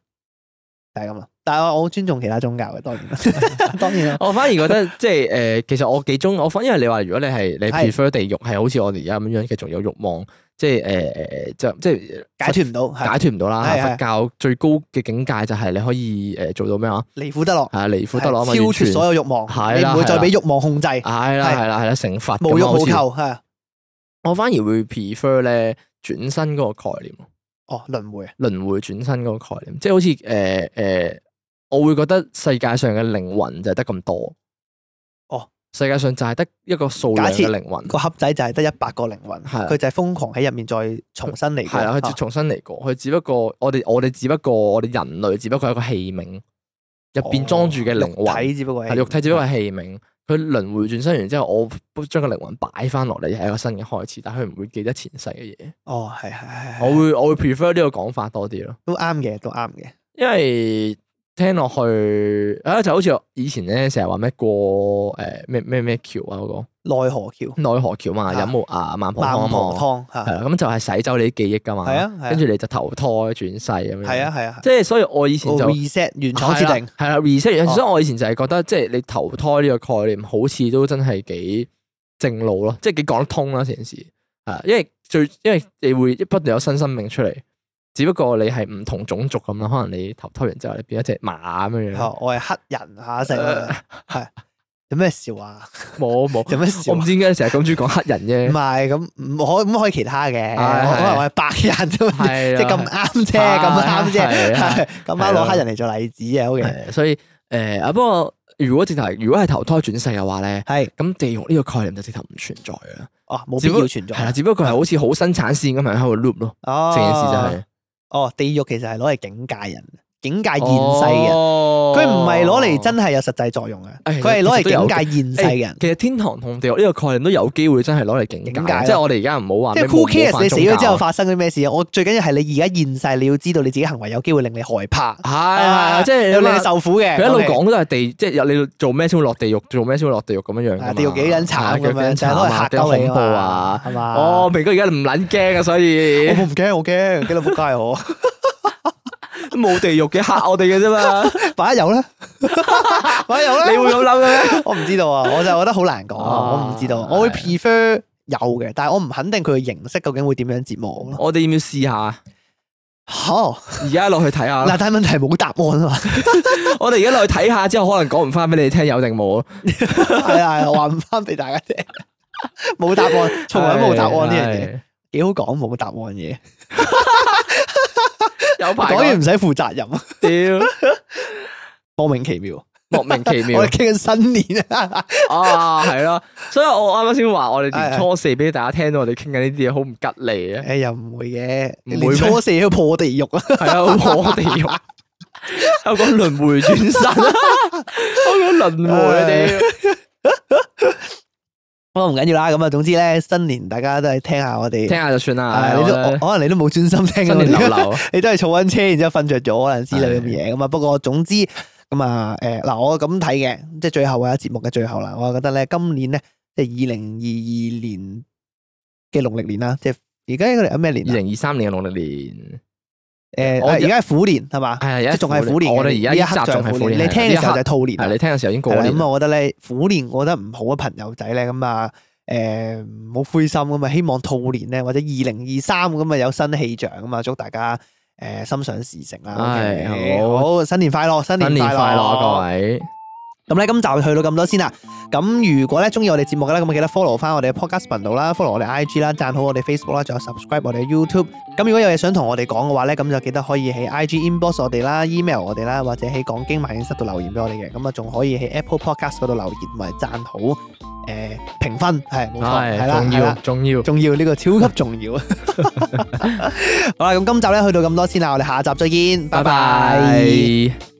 就係咁啦。但係我好尊重其他宗教嘅，當然啦， [LAUGHS] 當然啦。我反而覺得 [LAUGHS] 即係誒、呃其實我幾中我反，因為你話如果你係你係 prefer 地獄係好似我哋而家咁樣嘅，仲有慾望，即係誒誒，就即係解脱唔到，係解脱唔到啦。係係佛教最高嘅境界就係你可以誒做到咩啊？離苦得樂，係啊離苦得樂啊嘛，係超完脱全所有慾望，係啦你唔會再係啦俾慾望控制，係啦係係啦係啦，成佛咁無欲啊好無似求係。我反而會 prefer 咧轉身嗰個概念。哦，輪迴啊，輪迴轉身嗰個概念，即係好似誒誒，我會覺得世界上嘅靈魂就係得咁多。哦，世界上就係得一個數量假嘅靈魂，個盒仔就係得一百個靈魂，係啊佢就係瘋狂喺入面再重新嚟過。係啦，佢啊重新嚟過，佢只不過我哋我哋只不過我哋人類只不過係一個器皿，入邊裝住嘅靈魂，哦肉體只不過係係肉體只不過係器皿。佢輪迴轉身完之後，我將個靈魂擺翻落嚟，係一個新嘅開始，但係佢唔會記得前世嘅嘢。哦，係係係，我會我會 prefer 呢個講法多啲咯。都啱嘅，都啱嘅。因為聽落去啊，就好似我以前咧成日話咩過誒咩咩咩橋啊嗰、奈何橋個奈何橋嘛，啊飲冇牙孟婆孟湯婆湯嘛，嚇，哦係啦，啊咁就係洗走你啲記憶噶嘛，係啊係啊跟住你就投胎轉世咁樣，係啊，哦係啊，即係所以我以我前就 reset 原廠設定，係啦 reset 哦所以我以前就係覺得即係你投胎呢個概念好似都真係幾正路咯，即係幾講得通啦成件事，係啊因為最因為你會不斷有新生命出嚟，只不過你係唔同種族咁啦，可能你投胎完之後你變一隻馬咁樣樣，哦我係黑人嚇成誒 [LAUGHS] 啊，係有咩笑啊？冇 [LAUGHS] 冇， [LAUGHS] 有咩笑我唔啊？知點解成日咁中意講黑唔人啫，係咁，唔可咁可以其他嘅，係可能係我係白人啫嘛，係即啊係咁啱啫，係咁啱啫係啊係，咁啱係攞啊黑人嚟做例子啊，OK，係所以誒啊不過如果直頭係如果係投胎轉世嘅話咧，係，咁地獄呢個概念就直頭唔存在啊㗎啦，哦，冇必只不過要存在，係啦，只不過係好似好生產線咁樣喺度 loop 咯，哦，成件事就係。哦，地獄其實係攞嚟警戒人、警戒現哦世嘅人，佢唔係攞嚟真係有實際作用嘅，誒佢係攞哎其實都有嚟警戒現世嘅人。其實天堂同地獄呢個概念都有機會真係攞嚟警戒，啊警戒咯即係我哋而家唔好話即咩係 who 哎冇冇 cares 反你死咗之後宗教發生啲咩事啊？我最緊要係你而家現世，你要知道你自己行為有機會令你害怕，係係係哎即係啊有你令你話受苦嘅。佢一路 OK 講都係地，即係有你做咩先會落地獄，做咩先會落地獄咁樣樣㗎啊嘛。地獄幾撚慘咁樣，就係攞嚟嚇幾鳩你恐怖啊啊！嘛，係嘛？哦，明哥而家唔撚驚啊，所以我 [LAUGHS] 唔驚，我驚，驚到仆街 [LAUGHS] 我。冇地獄嘅嚇我哋嘅 [LAUGHS] 啫嘛。萬一有咧，萬一有咧，你會咁諗嘅咩？我唔知道啊，我 [LAUGHS] 就覺得好難講，啊我唔知道，我會係 prefer 有嘅，但係我唔肯定佢嘅形式究竟會點樣折磨我咯。我哋要唔要試下？好而家落去睇下嗱啦，。但係問題冇答案 [LAUGHS] 啊嘛，我哋而家落去睇下之後，可能講唔翻俾你聽有定冇咯。係啊，係啊話唔翻俾大家聽， [LAUGHS] 冇答案，從來都冇答案呢樣嘢，幾好講冇答案嘢，嘢。有排講完唔使負責任，屌，莫名其妙。莫名其妙我哋傾緊新年啊，啊，係咯。所以我啱啱先話我哋係係年初四俾大家聽到我哋傾緊呢啲嘢，好唔吉利啊。誒又唔會嘅，唔會年咩初四都破地獄 [LAUGHS] 啊，係啊，好我地 [LAUGHS] 獄。有講輪迴轉身，我講輪迴啊屌。不過唔緊要啦。咁啊，總之咧，新年大家都係聽下我哋聽，下就算啊啦。你我覺都得可能你都冇專心聽新我年哋流流。 [LAUGHS] 你都係坐緊車，然之後瞓着咗可能之類咁嘅嘢咁啊。不過總之咁啊，誒嗱，我咁睇嘅，即係最後啊，節目嘅最後啦，我覺得咧，今年咧，即係二零二二年嘅農曆年啦，即係而家呢個係咩年二啊？零二三年嘅農曆年，誒，我而家係虎年係嘛？係啊，而即家係仲係虎年嘅，我哋而呢一家刻呢集仲仲係虎係虎年。年。你聽嘅時候就係係兔年啦啦，你聽嘅時候已經過係啦年咁啦。啊，我覺得咧虎年，我覺得唔好嘅朋友仔咧，咁啊誒唔好灰心咁啊，希望兔年咧或者二零二三咁啊有新氣象啊嘛，祝大家誒、心想事成啦。唉 OK？好好，新年快樂，新新年年快快樂啊，各位！咁咧，今集去到咁多先啦。咁如果咧中意我哋節目嘅咧，咁記得 follow 翻我哋嘅 podcast 頻道啦，follow 我哋 IG 啦，讚好我哋 Facebook 啦，仲有 subscribe 我哋嘅 YouTube。咁如果有嘢想同我哋講嘅話咧，咁就記得可以喺 IG inbox 我哋啦，email 我哋啦，或者喺講經萬應室度留言俾我哋嘅。咁啊，仲可以喺 Apple Podcast 嗰度留言同埋讚好誒、呃、評分，係冇錯，係係啦，重係要啦。重要，重要呢、個超級重 [LAUGHS] 要。好啦，咁今集咧去到咁多先啦，我哋下集再見，拜拜。拜拜